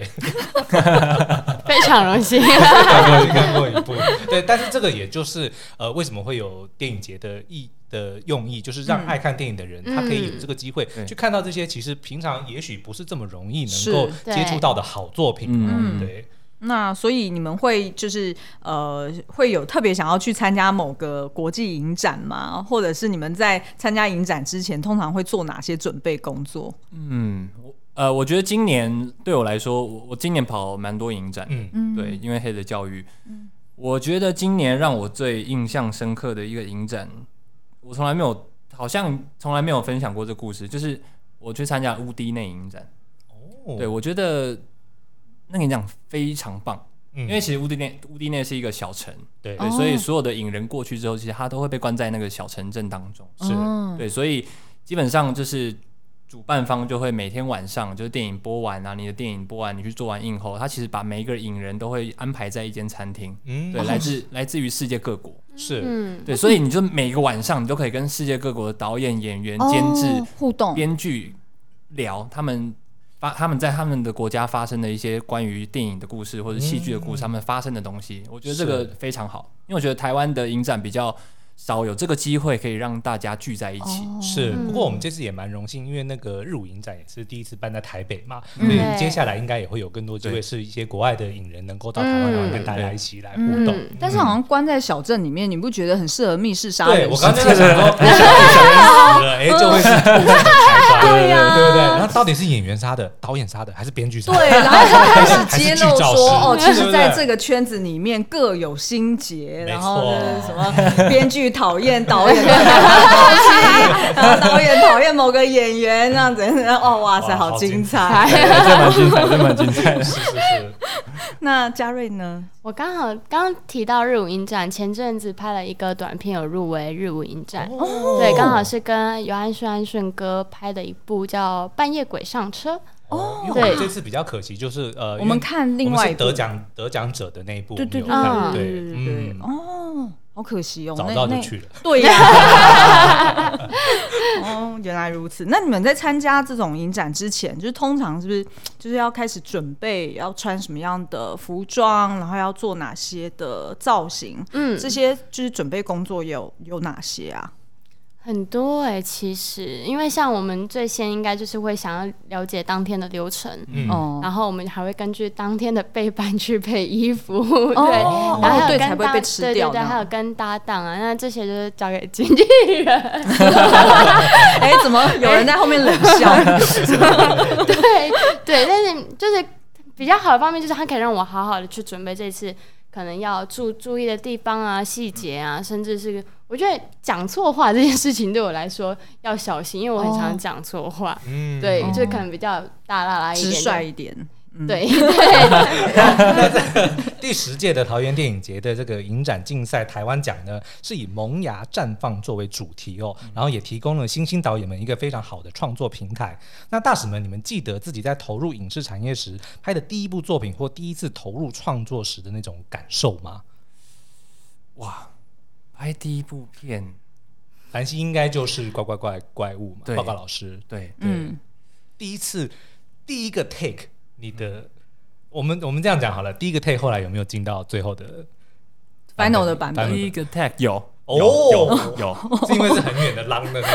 Speaker 4: 非常荣幸。
Speaker 1: 看过看过一部，对，但是这个也就是呃，为什么会有电影节的意的用意，就是让
Speaker 2: 嗯
Speaker 1: 爱看电影的人，他可以有这个机会
Speaker 3: 嗯
Speaker 1: 去看到这些其实平常也许不是这么容易
Speaker 2: 是
Speaker 1: 能够
Speaker 4: 对
Speaker 1: 接触到的好作品，
Speaker 2: 嗯
Speaker 1: 对，
Speaker 2: 那所以你们会就是呃，会有特别想要去参加某个国际影展吗？或者是你们在参加影展之前，通常会做哪些准备工作？
Speaker 3: 嗯，我呃，我觉得今年对我来说，我我今年跑蛮多影展，
Speaker 1: 嗯，
Speaker 2: 嗯
Speaker 3: 对，，因为黑的教育，我觉得今年让我最印象深刻的一个影展，我从来没有，好像从来没有分享过这故事，就是我去参加乌迪内影展，
Speaker 1: 哦
Speaker 3: 对，我觉得那个影展非常棒，
Speaker 1: 因哦
Speaker 3: 因为其实乌迪内乌迪内是一个小城，
Speaker 1: 对
Speaker 3: 对，所以所有的影人过去之后，其实他都会被关在那个小城镇当中，
Speaker 1: 是
Speaker 2: 哦
Speaker 3: 对，所以基本上就是主办方就会每天晚上就是电影播完啊，你的电影播完，你去做完映后，他其实把每一个影人都会安排在一间餐厅，
Speaker 1: 嗯
Speaker 3: 对，，来自来自于世界各国，
Speaker 1: 是
Speaker 4: 嗯，
Speaker 3: 对，所以你就每个晚上你都可以跟世界各国的导演、演员、监制、
Speaker 2: 哦互动，
Speaker 3: 编剧聊他们发他们在他们的国家发生的一些关于电影的故事或者戏剧的故事，他们发生的东西，
Speaker 2: 嗯
Speaker 3: 我觉得这个非常好，因为我觉得台湾的影展比较少有这个机会可以让大家聚在一起。
Speaker 2: 哦
Speaker 1: 是，
Speaker 4: 嗯
Speaker 1: 不过我们这次也蛮荣幸，因为那个日舞影展也是第一次办在台北嘛，
Speaker 4: 嗯
Speaker 1: 所以
Speaker 4: 对
Speaker 1: 接下来应该也会有更多机会
Speaker 3: 对
Speaker 1: 是一些国外的影人能够到台湾，然后跟大家一起来互动。
Speaker 4: 嗯
Speaker 2: 但是好像关在小镇里面，你不觉得很适合密室杀
Speaker 1: 对，
Speaker 2: 人？
Speaker 1: 我刚刚在想说，不小心小人死 了，哎，就会是互动的开发，
Speaker 2: 嗯对呀
Speaker 1: 对不对？然后到底是演员杀的、导演杀的，还是编剧杀的？
Speaker 2: 对，然后就开始
Speaker 1: 还是
Speaker 2: 揭
Speaker 1: 剧
Speaker 2: 露
Speaker 1: 照
Speaker 2: 说，
Speaker 1: 师
Speaker 2: 哦，其
Speaker 1: 对
Speaker 2: 实
Speaker 1: 不
Speaker 2: 在
Speaker 1: 对
Speaker 2: 这个圈子里面各有心结，
Speaker 1: 没
Speaker 2: 然后就
Speaker 1: 错
Speaker 2: 是 什么编剧讨厌导演的东西，然后导演讨厌某个演员，这样子，哦，哇塞，
Speaker 1: 哇
Speaker 2: 好
Speaker 1: 好
Speaker 2: 精
Speaker 1: 精
Speaker 2: 彩！
Speaker 3: 对这蛮 精彩，这蛮精彩的。
Speaker 1: 是是是，
Speaker 2: 那嘉瑞呢？
Speaker 4: 我刚好刚刚提到日舞影展，前阵子拍了一个短片有入围日舞影展，
Speaker 1: 哦
Speaker 4: 对，刚好是跟尤安顺安顺哥拍的一部叫《半夜鬼上车》，
Speaker 1: 哦，因为
Speaker 4: 对
Speaker 1: 我们这次比较可惜，就是呃，
Speaker 2: 我们
Speaker 1: 因为
Speaker 2: 看另
Speaker 1: 我们是
Speaker 2: 外一部
Speaker 1: 得奖得奖者的那一部，
Speaker 2: 对对
Speaker 1: 我
Speaker 2: 对
Speaker 1: 们有看
Speaker 2: 对对对对
Speaker 1: 嗯，
Speaker 2: 哦，好可惜哦，
Speaker 1: 早
Speaker 2: 那
Speaker 1: 知道就
Speaker 2: 那
Speaker 1: 去了。
Speaker 2: 对呀、 哦，原来如此。那你们在参加这种影展之前，就是通常是不是就是要开始准备要穿什么样的服装，然后要做哪些的造型？
Speaker 4: 嗯，
Speaker 2: 这些就是准备工作有有哪些啊？
Speaker 4: 很多哎、其实因为像我们最先应该就是会想要了解当天的流程，
Speaker 1: 嗯，
Speaker 2: 哦
Speaker 4: 然后我们还会根据当天的备班去配衣服，
Speaker 2: 哦
Speaker 4: 对，
Speaker 2: 哦
Speaker 4: 然后还有
Speaker 2: 对
Speaker 4: 跟
Speaker 2: 才不会被
Speaker 4: 搭
Speaker 2: 吃
Speaker 4: 对
Speaker 2: 掉这
Speaker 4: 对对，
Speaker 2: 样
Speaker 4: 还有跟搭档啊，那这些就是交给经纪人，
Speaker 2: 哎、怎 么有人在后面冷 笑？
Speaker 4: 对对，但是就是比较好的方面就是他可以让我好好的去准备这次可能要注注意的地方啊、细节啊，
Speaker 2: 嗯
Speaker 4: 甚至是我觉得讲错话这件事情对我来说要小心，因为我很
Speaker 2: 哦
Speaker 4: 常讲错话，
Speaker 1: 嗯
Speaker 4: 对，
Speaker 2: 哦
Speaker 4: 就可能比较大啦啦一
Speaker 2: 直
Speaker 4: 点
Speaker 2: 率一
Speaker 4: 点。
Speaker 2: 点。嗯，
Speaker 4: 对，
Speaker 1: 第十届的桃园电影节的这个影展竞赛台湾奖呢，是以“萌芽绽放”作为主题哦，
Speaker 2: 嗯
Speaker 1: 然后也提供了新兴导演们一个非常好的创作平台。那大使们，你们记得自己在投入影视产业时拍的第一部作品或第一次投入创作时的那种感受吗？
Speaker 3: 哇，拍第一部片，
Speaker 1: 兰溪应该就是怪怪怪怪物嘛，
Speaker 3: 对
Speaker 1: 报告老师
Speaker 3: 对，
Speaker 2: 嗯，
Speaker 1: 第一次第一个 take 你的。我们我们这样讲好了，第一个 take 后来有没有进到最后的
Speaker 2: Final 的版本
Speaker 1: 本
Speaker 3: 哎第一个 tag 有
Speaker 1: 哦
Speaker 3: 有有 有，
Speaker 1: 是因为是很远的浪的那个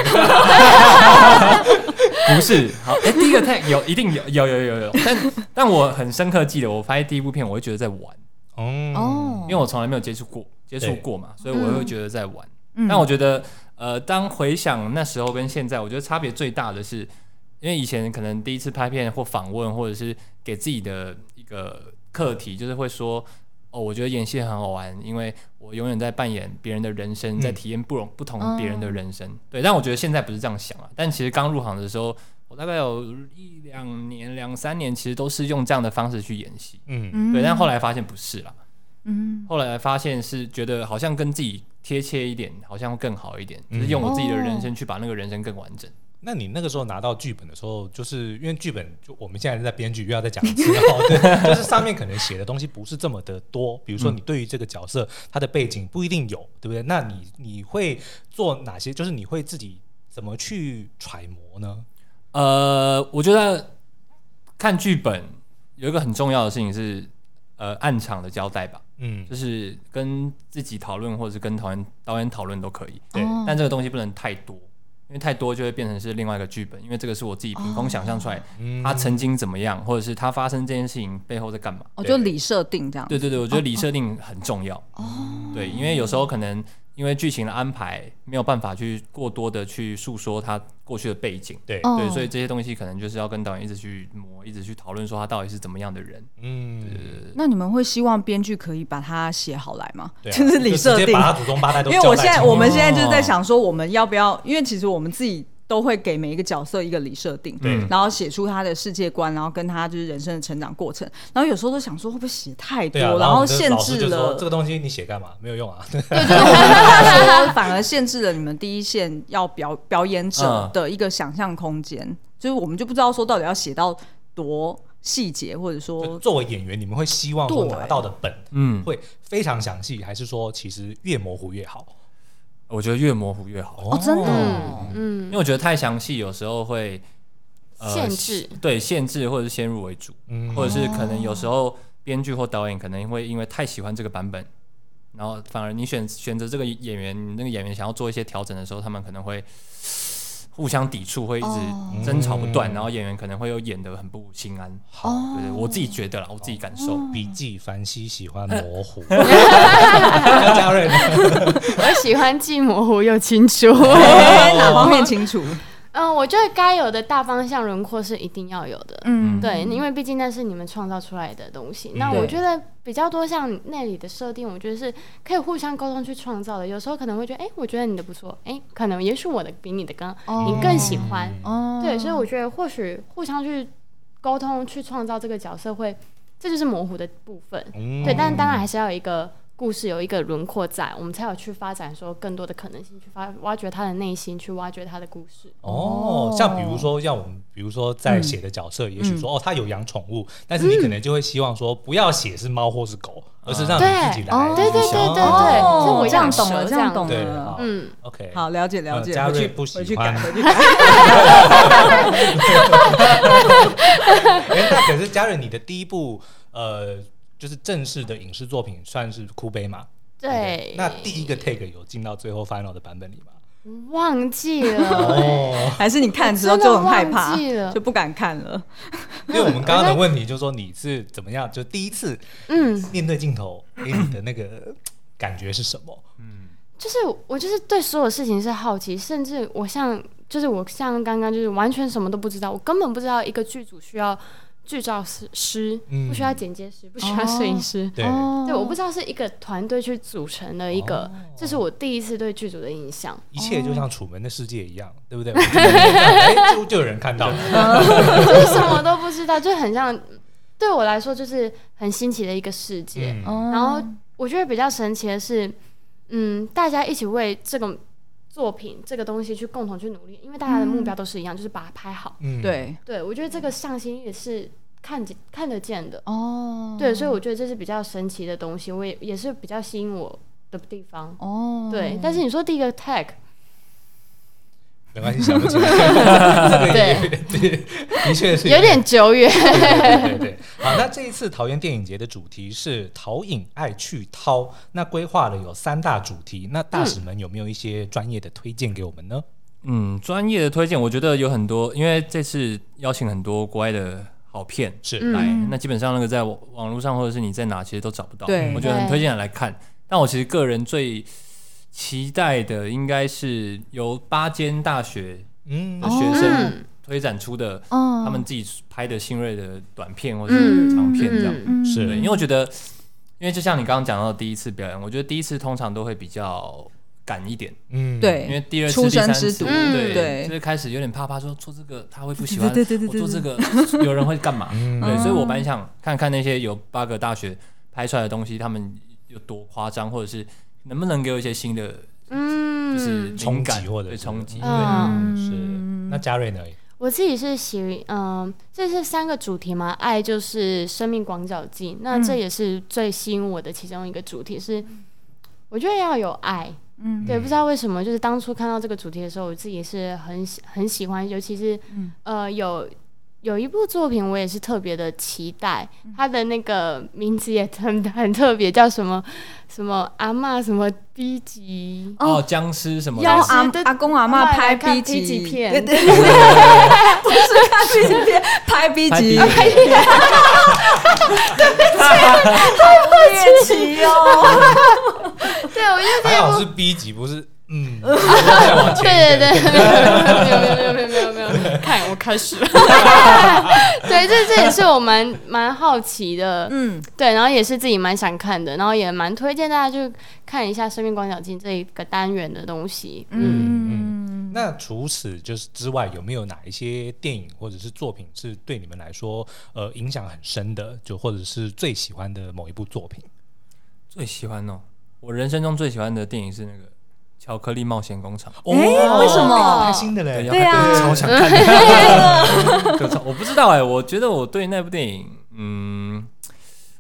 Speaker 3: 不是好哎，第一个 tag 有一定有有有有有，但但我很深刻记得，我拍第一部片，我会觉得在玩。
Speaker 1: 哦
Speaker 2: 哦，
Speaker 3: 因为我从来没有接触过接触
Speaker 1: 对
Speaker 3: 过嘛，所以我会觉得在玩。
Speaker 2: 嗯
Speaker 3: 但我觉得，呃，当回想那时候跟现在，我觉得差别最大的是，因为以前可能第一次拍片或访问，或者是给自己的一个课题，就是会说。哦，我觉得演戏很好玩，因为我永远在扮演别人的人
Speaker 1: 嗯
Speaker 3: 生，在体验不同不同别人的人生。对，但我觉得现在不是这样想了。但其实刚入行的时候，我大概有一两年、两三年，其实都是用这样的方式去演戏。
Speaker 1: 嗯，
Speaker 2: 嗯
Speaker 3: 对，但后来发现不是啦。
Speaker 2: 嗯
Speaker 3: 后来发现是觉得好像跟自己贴切一点，好像会更好一点，
Speaker 1: 嗯
Speaker 3: 就是用我自己的人生去把那个人生更完整。
Speaker 1: 那你那个时候拿到剧本的时候，就是因为剧本就我们现在在编剧又要再讲一 次哦，对，就是上面可能写的东西不是这么的多，比如说你对于这个角色他的背景不一定有，对不对？那你你会做哪些？就是你会自己怎么去揣摩呢？哦
Speaker 3: 呃，我觉得看剧本有一个很重要的事情是，呃，暗场的交代吧，
Speaker 1: 嗯，
Speaker 3: 就是跟自己讨论，或者是跟导演导演讨论都可以，
Speaker 1: 对，
Speaker 2: 哦
Speaker 3: 但这个东西不能太多。因为太多就会变成是另外一个剧本，因为这个是我自己凭空想象出来，
Speaker 1: 嗯
Speaker 3: 他曾经怎么样，或者是他发生这件事情背后在干嘛。
Speaker 2: 哦，就理设定这样。
Speaker 3: 对对对，我觉得理设定很重要。对，因为有时候可能因为剧情的安排，没有办法去过多的去诉说他过去的背景。
Speaker 1: 对，
Speaker 2: 哦
Speaker 3: 对，所以这些东西可能就是要跟导演一直去磨，一直去讨论，说他到底是怎么样的人。
Speaker 1: 嗯，
Speaker 2: 那你们会希望编剧可以把它写好来吗？
Speaker 1: 对啊，
Speaker 2: 是理设
Speaker 1: 直接
Speaker 2: 定，
Speaker 1: 把他祖宗八代都
Speaker 2: 因为我
Speaker 1: 交代
Speaker 2: 现在
Speaker 1: 清楚
Speaker 2: 我们现在就是在想说，我们要不要？因为其实我们自己都会给每一个角色一个理设定，
Speaker 1: 对
Speaker 2: 然后写出他的世界观，然后跟他就是人生的成长过程。然后有时候都想说，会不会写太多，
Speaker 1: 对啊，
Speaker 2: 然
Speaker 1: 后
Speaker 2: 后
Speaker 1: 我们的
Speaker 2: 限
Speaker 1: 老师
Speaker 2: 制
Speaker 1: 就说
Speaker 2: 了
Speaker 1: 这。个东西你写干嘛？没有用啊，
Speaker 2: 对，就是我 们大 家说，反而限制了你们第一线要表表演者
Speaker 3: 嗯
Speaker 2: 的一个想象空间。就是我们就不知道说到底要写到多细节，或者
Speaker 1: 就
Speaker 2: 说
Speaker 1: 作为演员，你们会希望说拿到的本
Speaker 3: 嗯，
Speaker 1: 会非常详细，还是说其实越模糊越好？
Speaker 3: 我觉得越模糊越好，
Speaker 1: 哦
Speaker 2: 真的
Speaker 1: 哦
Speaker 3: 因
Speaker 4: 嗯，
Speaker 3: 为我觉得太详细有时候会、呃
Speaker 4: 限制，
Speaker 3: 对限制或者是先入为主，
Speaker 1: 嗯
Speaker 3: 或者是可能有时候编剧或导演可能会因为太喜欢这个版本，然后反而你选选择这个演员，那个演员想要做一些调整的时候，他们可能会互相抵触，会一
Speaker 4: 哦
Speaker 3: 直争吵不断，
Speaker 1: 嗯
Speaker 3: 然后演员可能会又演得很不心安。
Speaker 1: 好
Speaker 4: 哦
Speaker 3: 对对，我自己觉得啦，我自己感受。
Speaker 1: 笔记，凡西喜欢模糊。
Speaker 4: 呃
Speaker 1: 那嘉瑞呢，
Speaker 4: 我喜欢既模糊又清楚。
Speaker 1: 哦
Speaker 2: 哎哪方面清楚？
Speaker 4: 嗯，我觉得该有的大方向轮廓是一定要有的。
Speaker 2: 嗯，
Speaker 4: 对，因为毕竟那是你们创造出来的东西。
Speaker 1: 嗯
Speaker 4: 那
Speaker 1: 对
Speaker 4: 我觉得比较多像那里的设定，我觉得是可以互相沟通去创造的。有时候可能会觉得，哎、我觉得你的不错，哎、可能也许我的比你的更，你更 喜欢。
Speaker 1: 嗯
Speaker 2: 哦
Speaker 4: 对，所以我觉得或许互相去沟通去创造这个角色会，这就是模糊的部分。
Speaker 1: 嗯
Speaker 4: 对，但当然还是要有一个故事，有一个轮廓在，我们才有去发展说更多的可能性，去发挖掘他的内心，去挖掘他的故事。
Speaker 1: 哦，像比如说，像我们，比如说
Speaker 4: 嗯
Speaker 1: 在写的角色，也许说哦，他有养宠物，但是你可能就会希望说，不要写是猫或是狗，而是让你自己来去想。
Speaker 2: 哦
Speaker 4: 对对对对对，
Speaker 2: 哦
Speaker 4: 是我
Speaker 2: 这样
Speaker 4: 养
Speaker 2: 懂了，
Speaker 4: 蛇
Speaker 2: 这样
Speaker 4: 这样
Speaker 2: 懂
Speaker 1: 对
Speaker 2: 了。
Speaker 1: 好
Speaker 4: 嗯，
Speaker 1: OK，
Speaker 2: 好，了解了解，
Speaker 1: 呃嘉
Speaker 2: 回去
Speaker 1: 瑞不喜
Speaker 2: 回去
Speaker 1: 欢
Speaker 2: 改，回去改。
Speaker 1: 哎，那可是嘉仁，你的第一部呃，就是正式的影视作品算是哭悲嘛？
Speaker 4: 对
Speaker 1: 不。那第一个 take 有进到最后 final 的版本里吗？
Speaker 4: 忘记了，
Speaker 1: 哦，
Speaker 2: 还是你看的时候
Speaker 4: 真的
Speaker 2: 就很害怕
Speaker 4: 忘记，了
Speaker 2: 就不敢看了。
Speaker 1: 因为我们刚刚的问题就是说你是怎么样，就第一次
Speaker 4: 嗯，
Speaker 1: 面对镜头，哎，你的那个感觉是什么？
Speaker 4: 就是我就是对所有事情是好奇，甚至我像就是我像刚刚就是完全什么都不知道，我根本不知道一个剧组需要剧照师师，
Speaker 1: 嗯哦
Speaker 4: 不需要剪接师，不需要摄影师，
Speaker 2: 哦
Speaker 1: 对，
Speaker 4: 对，我不知道是一个团队去组成的一
Speaker 1: 哦
Speaker 4: 个，这是我第一次对剧组的印象。
Speaker 1: 一切就像《楚门的世界》一样，对不对？我们就有人看到哎，就就有人看到，
Speaker 4: 就是什么都不知道，就很像对我来说就是很新奇的一个世界。
Speaker 1: 嗯，
Speaker 2: 然
Speaker 4: 然后我觉得比较神奇的是，嗯，大家一起为这个作品这个东西去共同去努力，因为大家的目标都是一样，就是把它拍好。
Speaker 1: 嗯，
Speaker 2: 对
Speaker 4: 对我觉得这个向心力是看见看得见的，
Speaker 2: 哦
Speaker 4: 对，所以我觉得这是比较神奇的东西，我也也是比较吸引我的地方。
Speaker 2: 哦
Speaker 4: 对，但是你说第一个 tag，
Speaker 1: 没关系，想不起来，这个也
Speaker 4: 对
Speaker 1: 对，的确是
Speaker 4: 有点久远，
Speaker 1: 对对对，好，那这一次桃园电影节的主题是“陶影爱去掏”，那规划了有三大主题，那大使们有没有一些专业的推荐给我们呢？
Speaker 3: 嗯，专业的推荐，我觉得有很多，因为这次邀请很多国外的好片
Speaker 1: 是
Speaker 4: 嗯
Speaker 3: 来，
Speaker 2: 嗯
Speaker 3: 那基本上那个在网网络上或者是你在哪其实都找不到。
Speaker 2: 对
Speaker 3: 我觉得很推荐来看。但我其实个人最期待的应该是由八间大学
Speaker 1: 嗯
Speaker 3: 的学生
Speaker 4: 嗯
Speaker 3: 推展出的，
Speaker 2: 哦
Speaker 3: 他们自己拍的新锐的短片或
Speaker 4: 嗯
Speaker 3: 是长片这样。
Speaker 4: 嗯
Speaker 2: 嗯
Speaker 1: 是
Speaker 3: 对，因为我觉得，因为就像你刚刚讲到的第一次表演，我觉得第一次通常都会比较赶一点。
Speaker 1: 嗯，
Speaker 3: 因
Speaker 2: 对
Speaker 3: 为第二次、
Speaker 2: 出
Speaker 3: 第三
Speaker 2: 生
Speaker 3: 次，
Speaker 2: 之毒
Speaker 4: 嗯
Speaker 3: 对，
Speaker 2: 对
Speaker 3: 就是开始有点怕怕，说做这个他会不喜欢，
Speaker 2: 对对对对对
Speaker 3: 我做这个 有人会干嘛？对，
Speaker 4: 哦
Speaker 3: 所以我蛮想看看那些有八个大学拍出来的东西，他们有多夸张，或者是能不能给我一些新的
Speaker 4: 嗯，
Speaker 3: 就是灵感
Speaker 1: 冲击或者是
Speaker 3: 对冲击，
Speaker 4: 嗯
Speaker 1: 是。那嘉瑞呢？
Speaker 4: 我自己是喜，嗯，这是三个主题嘛，爱就是生命广角季，那这也是最吸引我的其中一个主题是，我觉得要有爱，
Speaker 2: 嗯
Speaker 4: 对，不知道为什么，就是当初看到这个主题的时候，我自己是很喜很喜欢，尤其是，呃，有有一部作品我也是特别的期待，它的那个名字也很很特别，叫什么什么阿嬷什么 B 级。
Speaker 3: 对哦，僵尸什么
Speaker 2: 要
Speaker 4: 僵
Speaker 3: 的，
Speaker 2: 阿
Speaker 4: 尸对
Speaker 2: 阿公阿妈拍
Speaker 4: 看
Speaker 2: B
Speaker 4: B 级片
Speaker 2: 对对对 不是看 B 级片，拍 B
Speaker 3: 拍
Speaker 2: 级，
Speaker 3: B
Speaker 2: 拍 B 级，对不起，太哦，
Speaker 4: 对，我就
Speaker 1: 还好是 B 级，不是嗯，再往前
Speaker 4: 对
Speaker 1: 一点。
Speaker 4: 对对，没有没有没有没有没有没有没有，看我开始了。对，这这也是我蛮蛮好奇的，
Speaker 2: 嗯，
Speaker 4: 对，然后也是自己蛮想看的，然后也蛮推荐大家去看一下《生命广角镜》这一个单元的东西。
Speaker 1: 嗯嗯。那除此就是之外，有没有哪一些电影或者是作品是对你们来说呃影响很深的，就或者是最喜欢的某一部作品？
Speaker 3: 最喜欢哦，我人生中最喜欢的电影是那个巧克力冒险工厂》
Speaker 1: 哦
Speaker 2: 哎为什么
Speaker 1: 开心的嘞？
Speaker 3: 对，
Speaker 2: 对啊
Speaker 3: 超想看的，就超我不知道哎、我觉得我对那部电影，嗯，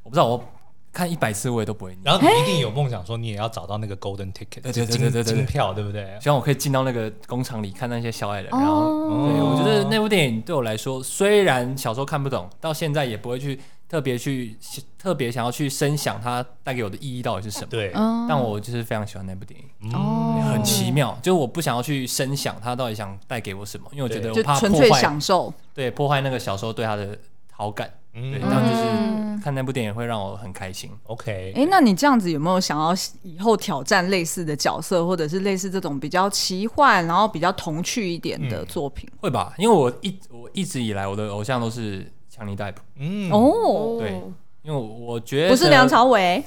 Speaker 3: 我不知道，我看一百次我也都不会腻。
Speaker 1: 然后你一定有梦想，说你也要找到那个 golden ticket，
Speaker 3: 对对对
Speaker 1: 就是
Speaker 3: 对
Speaker 1: 金
Speaker 3: 对对
Speaker 1: 金票，对不对？
Speaker 3: 希望我可以进到那个工厂里看那些小矮人，然后
Speaker 2: 哦，
Speaker 3: 对，我觉得那部电影对我来说，虽然小时候看不懂，到现在也不会去特别去特别想要去深想它带给我的意义到底是什么。
Speaker 1: 对，
Speaker 2: 嗯
Speaker 4: 哦
Speaker 3: 但我就是非常喜欢那部电影，
Speaker 2: 哦
Speaker 3: 很奇妙。就是我不想要去深想它到底想带给我什么，因为我觉得
Speaker 2: 就
Speaker 3: 我怕
Speaker 2: 纯
Speaker 3: 破
Speaker 2: 粹
Speaker 3: 坏
Speaker 2: 享受。
Speaker 3: 对破坏那个小时候对它的好感。对，
Speaker 1: 嗯
Speaker 3: 但就是
Speaker 4: 嗯
Speaker 3: 看那部电影会让我很开心。
Speaker 1: ，OK，
Speaker 2: 哎，那你这样子有没有想要以后挑战类似的角色，或者是类似这种比较奇幻，然后比较童趣一点的作品？
Speaker 3: 会吧？因为我一我一直以来我的偶像都是强尼戴普，
Speaker 1: 嗯，
Speaker 2: 哦，
Speaker 3: 对因为我觉得
Speaker 2: 不是梁朝伟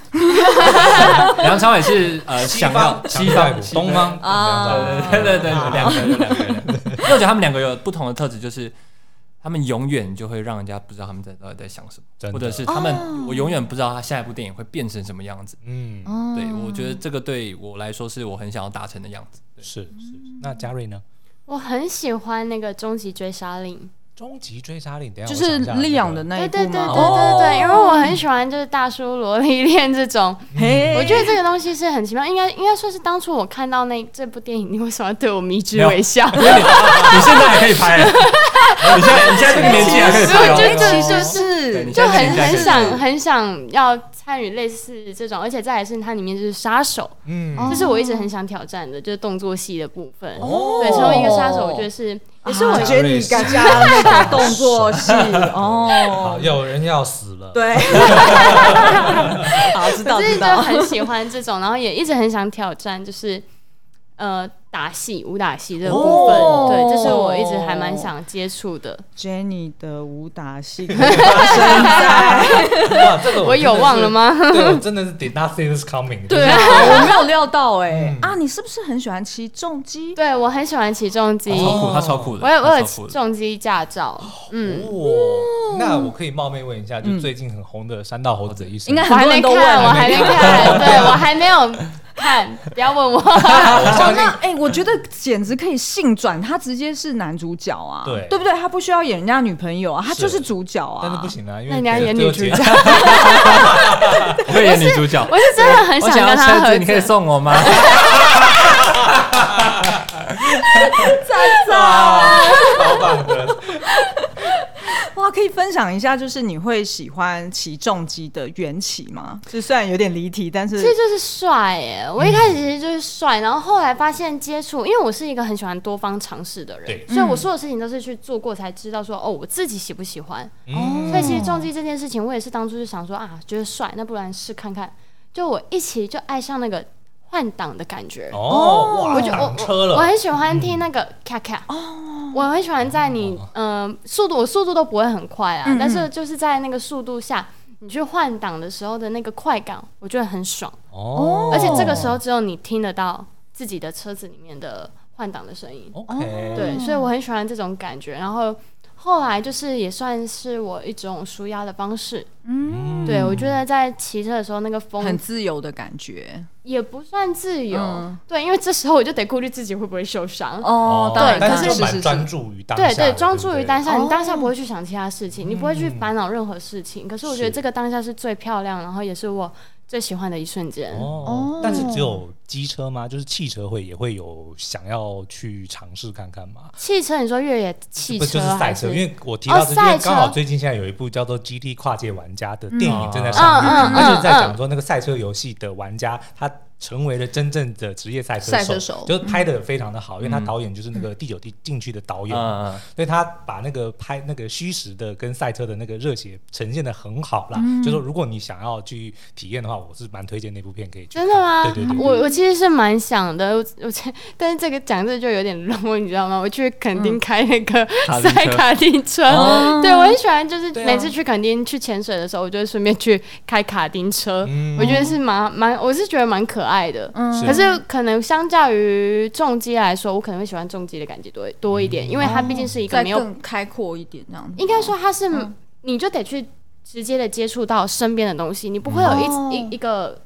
Speaker 3: 梁朝伟是呃想要
Speaker 1: 西
Speaker 3: 西
Speaker 1: 方
Speaker 3: 方东方
Speaker 2: 啊
Speaker 3: 对对对，两个有两个有两个，因为我觉得他们两个有不同的特质，就是他们永远就会让人家不知道他们在到底在想什
Speaker 1: 真
Speaker 3: 么，
Speaker 1: 的
Speaker 3: 或者是他们、我永远不知道他下一部电影会变成什么样子。
Speaker 1: 嗯，
Speaker 3: 对，我觉得这个对我来说是我很想要达成的样子。对
Speaker 1: 是是。那嘉瑞呢？
Speaker 4: 我很喜欢那个《终极追杀令》。
Speaker 1: 终极追杀令，等一下
Speaker 2: 就
Speaker 1: 我
Speaker 2: 是
Speaker 1: 想一下
Speaker 2: 利昂
Speaker 1: 那
Speaker 2: 的
Speaker 1: 个
Speaker 2: 那一
Speaker 4: 对
Speaker 2: 部
Speaker 4: 对对对
Speaker 2: 吗？
Speaker 4: 对对，因为我很喜欢就是大叔萝莉恋这种，
Speaker 2: 嘿
Speaker 4: 我觉得这个东西是很奇妙，应该应该说是当初我看到那这部电影，你为什么要对我迷之微笑？
Speaker 3: 你现在还可以拍了，你现在你现在这个年纪还可以拍哦。
Speaker 4: 我觉得
Speaker 2: 就
Speaker 3: 对
Speaker 2: 是
Speaker 3: 你
Speaker 4: 就很
Speaker 3: 现在
Speaker 4: 很
Speaker 3: 是
Speaker 4: 想很想要参与类似这种，而且再来是它里面就是杀手，
Speaker 1: 嗯，
Speaker 3: 哦
Speaker 4: 这是我一直很想挑战的，就是动作戏的部分。
Speaker 3: 哦
Speaker 4: 对，成为一个杀手，我觉得是也是我
Speaker 1: 啊
Speaker 2: 觉
Speaker 4: 觉得
Speaker 2: 得你加那个动作戏
Speaker 1: 好，
Speaker 2: 哦，
Speaker 1: 有人要死了，
Speaker 2: 对，好知道
Speaker 4: 自
Speaker 2: 知
Speaker 4: 己就
Speaker 2: 道，
Speaker 4: 很喜欢这种，然后也一直很想挑战，就是呃打戏、武打戏这个部分，
Speaker 2: 哦
Speaker 4: 对，这是我一直还蛮想接触的。
Speaker 2: Jenny 的武打戏
Speaker 1: 哇，啊这个
Speaker 4: 我有
Speaker 1: 真的是
Speaker 4: 忘了？吗？
Speaker 1: 对，我真 的是 did not see this coming。
Speaker 4: 对
Speaker 2: 啊，我没有料到哎
Speaker 1: 嗯
Speaker 2: 啊，你是不是很喜欢骑重机？
Speaker 4: 对我很喜欢起重机，
Speaker 3: 超
Speaker 1: 哦
Speaker 3: 酷，他超酷的，
Speaker 4: 我有我
Speaker 3: 他
Speaker 4: 有
Speaker 3: 超酷的
Speaker 4: 重机 驾照，嗯，
Speaker 1: 哦，那我可以冒昧问一下，就最近很红的《山道猴子的一生》，
Speaker 2: 应该
Speaker 4: 我
Speaker 2: 很
Speaker 4: 还
Speaker 2: 多
Speaker 4: 没
Speaker 2: 人
Speaker 4: 看，
Speaker 2: 都问
Speaker 4: 我还没 看，对我还没有看，不要问我。
Speaker 1: 我相信
Speaker 2: 那哎、我觉得简直可以性转，他直接是男主角啊，
Speaker 1: 对
Speaker 2: 对不对？他不需要演人家女朋友啊，他
Speaker 1: 是
Speaker 2: 就是主角啊。
Speaker 1: 但是不行啊，因为
Speaker 4: 那你要演女主角，
Speaker 3: 我可以演女主角。
Speaker 4: 我是真的很
Speaker 3: 我
Speaker 4: 跟
Speaker 3: 要
Speaker 4: 他
Speaker 3: 车
Speaker 4: 合
Speaker 3: 子，你可以
Speaker 4: 作。
Speaker 3: 送我吗？
Speaker 1: 超棒的，
Speaker 2: 哇，可以分享一下，就是你会喜欢起重机的缘起吗？就虽然有点离题，但
Speaker 4: 其实
Speaker 2: 是
Speaker 4: 就是帅耶！我一开
Speaker 3: 嗯
Speaker 4: 始其实就是帅，然后后来发现接触，因为我是一个很喜欢多方尝试的人
Speaker 1: 对，
Speaker 4: 所以
Speaker 3: 嗯
Speaker 4: 我所有事情都是去做过才知道说哦，我自己喜不喜欢。
Speaker 1: 嗯
Speaker 4: 所以其实重击这件事情，我也是当初就想说啊，觉得帅，那不然试看看。就我一起就爱上那个换挡的感觉，
Speaker 1: 哦，哇，
Speaker 4: 我就我
Speaker 1: 挡车
Speaker 4: 我
Speaker 1: 了，嗯
Speaker 4: 很喜欢听那个咔咔，
Speaker 2: 哦
Speaker 4: 我很喜欢在你
Speaker 1: 哦
Speaker 4: 嗯速度，我速度都不会很快
Speaker 2: 嗯
Speaker 4: 啊，但是就是在那个速度下，你去换挡的时候的那个快感，我觉得很爽，
Speaker 1: 哦
Speaker 4: 而且这个时候只有你听得到自己的车子里面的换挡的声音，
Speaker 1: 哦，OK，
Speaker 4: 对，所以我很喜欢这种感觉。然后后来就是也算是我一种舒压的方式，嗯，对我觉得在骑车的时候那个
Speaker 2: 很
Speaker 4: 风
Speaker 2: 自由的感觉
Speaker 4: 也不算自由，
Speaker 2: 嗯
Speaker 4: 对，因为这时候我就得顾虑自己会不会受伤。
Speaker 2: 哦。当然，
Speaker 1: 但
Speaker 2: 当然
Speaker 1: 是
Speaker 2: 是
Speaker 1: 蛮
Speaker 2: 是
Speaker 1: 专
Speaker 2: 是，
Speaker 1: 注于当下的，
Speaker 4: 对对，
Speaker 1: 不嗯
Speaker 4: 专注于当下，
Speaker 2: 哦
Speaker 4: 你当下不会去想其他事情，你不会去烦恼任何事情。可是我觉得
Speaker 1: 是
Speaker 4: 这个当下是最漂亮，然后也是我最喜欢的一瞬间。
Speaker 1: 哦，但是只有机车吗？就是汽车会也会有想要去尝试看看吗？汽
Speaker 4: 汽车，你说越野汽
Speaker 1: 不就
Speaker 4: 车
Speaker 1: 是赛
Speaker 4: 还
Speaker 1: 车？因为我提
Speaker 4: 哦
Speaker 1: 到这，因为
Speaker 4: 赛
Speaker 1: 刚好
Speaker 4: 车
Speaker 1: 最近现在有一部叫做《GT 跨界玩家》的电
Speaker 3: 嗯
Speaker 1: 影正在上
Speaker 4: 嗯嗯
Speaker 1: 映，
Speaker 4: 嗯
Speaker 1: 他就是在
Speaker 4: 嗯
Speaker 1: 讲说那个赛车游戏的玩家他。成为了真正的职业赛车
Speaker 2: 赛
Speaker 1: 手，
Speaker 2: 车手
Speaker 1: 就是拍的非常的
Speaker 4: 嗯
Speaker 1: 好，因为他导演就是那个第九地禁区的导演，
Speaker 3: 嗯，
Speaker 1: 所以他把那个拍那个虚实的跟赛车的那个热血呈现的很好啦。
Speaker 4: 嗯
Speaker 1: 就说如果你想要去体验的话，我是蛮推荐那部片可以去看。
Speaker 4: 真的吗？
Speaker 1: 对对对对
Speaker 4: 我我其实是蛮想的，我我这但是这个讲这就有点 low，你知道吗？我去垦丁开那 个
Speaker 3: 卡丁车
Speaker 4: 赛卡丁车， 对我很喜欢，就是
Speaker 1: 哦对啊
Speaker 4: 每次去垦丁去潜水的时候，我就会顺便去开卡丁车，我觉得是蛮蛮，我是觉得蛮可爱的。
Speaker 1: 嗯是
Speaker 4: 可是可能相较于重机来说，我可能会喜欢重机的感觉多多一点，
Speaker 1: 嗯
Speaker 4: 因为它毕竟是一个
Speaker 2: 再
Speaker 4: 没有，
Speaker 2: 更开阔一点这样子。
Speaker 4: 应该说它是、你就得去直接的接触到身边的东西，你不会有一、
Speaker 2: 哦
Speaker 4: 一一个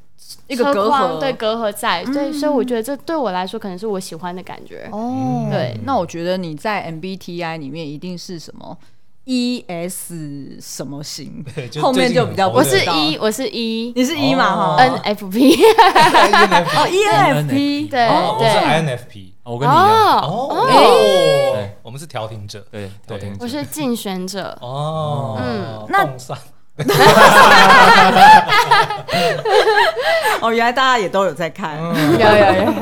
Speaker 2: 一个
Speaker 4: 车
Speaker 2: 隔
Speaker 4: 框
Speaker 2: 阂，
Speaker 4: 对隔阂在，对，所以我觉得这对我来说可能是我喜欢的感觉。
Speaker 2: 哦，
Speaker 4: 对
Speaker 2: 那我觉得你在 MBTI 里面一定是什么 ES 什么型
Speaker 1: 对，就
Speaker 2: 后面就比较
Speaker 1: 最
Speaker 4: 我
Speaker 1: 近
Speaker 4: 是
Speaker 1: 很
Speaker 2: 一
Speaker 4: 一，我是一
Speaker 2: 你是 E 嘛
Speaker 1: 哦
Speaker 2: 哈
Speaker 4: NFP，
Speaker 2: 哦 ENFP
Speaker 4: 对
Speaker 1: 哦，我是
Speaker 4: 对
Speaker 1: INFP
Speaker 3: 我跟你一啊样，
Speaker 4: 哦，哎
Speaker 1: 哦
Speaker 3: 对，
Speaker 1: 我们是调停者
Speaker 3: 对，
Speaker 1: 对
Speaker 3: 都听
Speaker 4: 我是竞选者，
Speaker 1: 哦，
Speaker 4: 嗯
Speaker 2: 那
Speaker 1: 共算
Speaker 2: 哦，原来大家也都有在看，
Speaker 4: 有有有，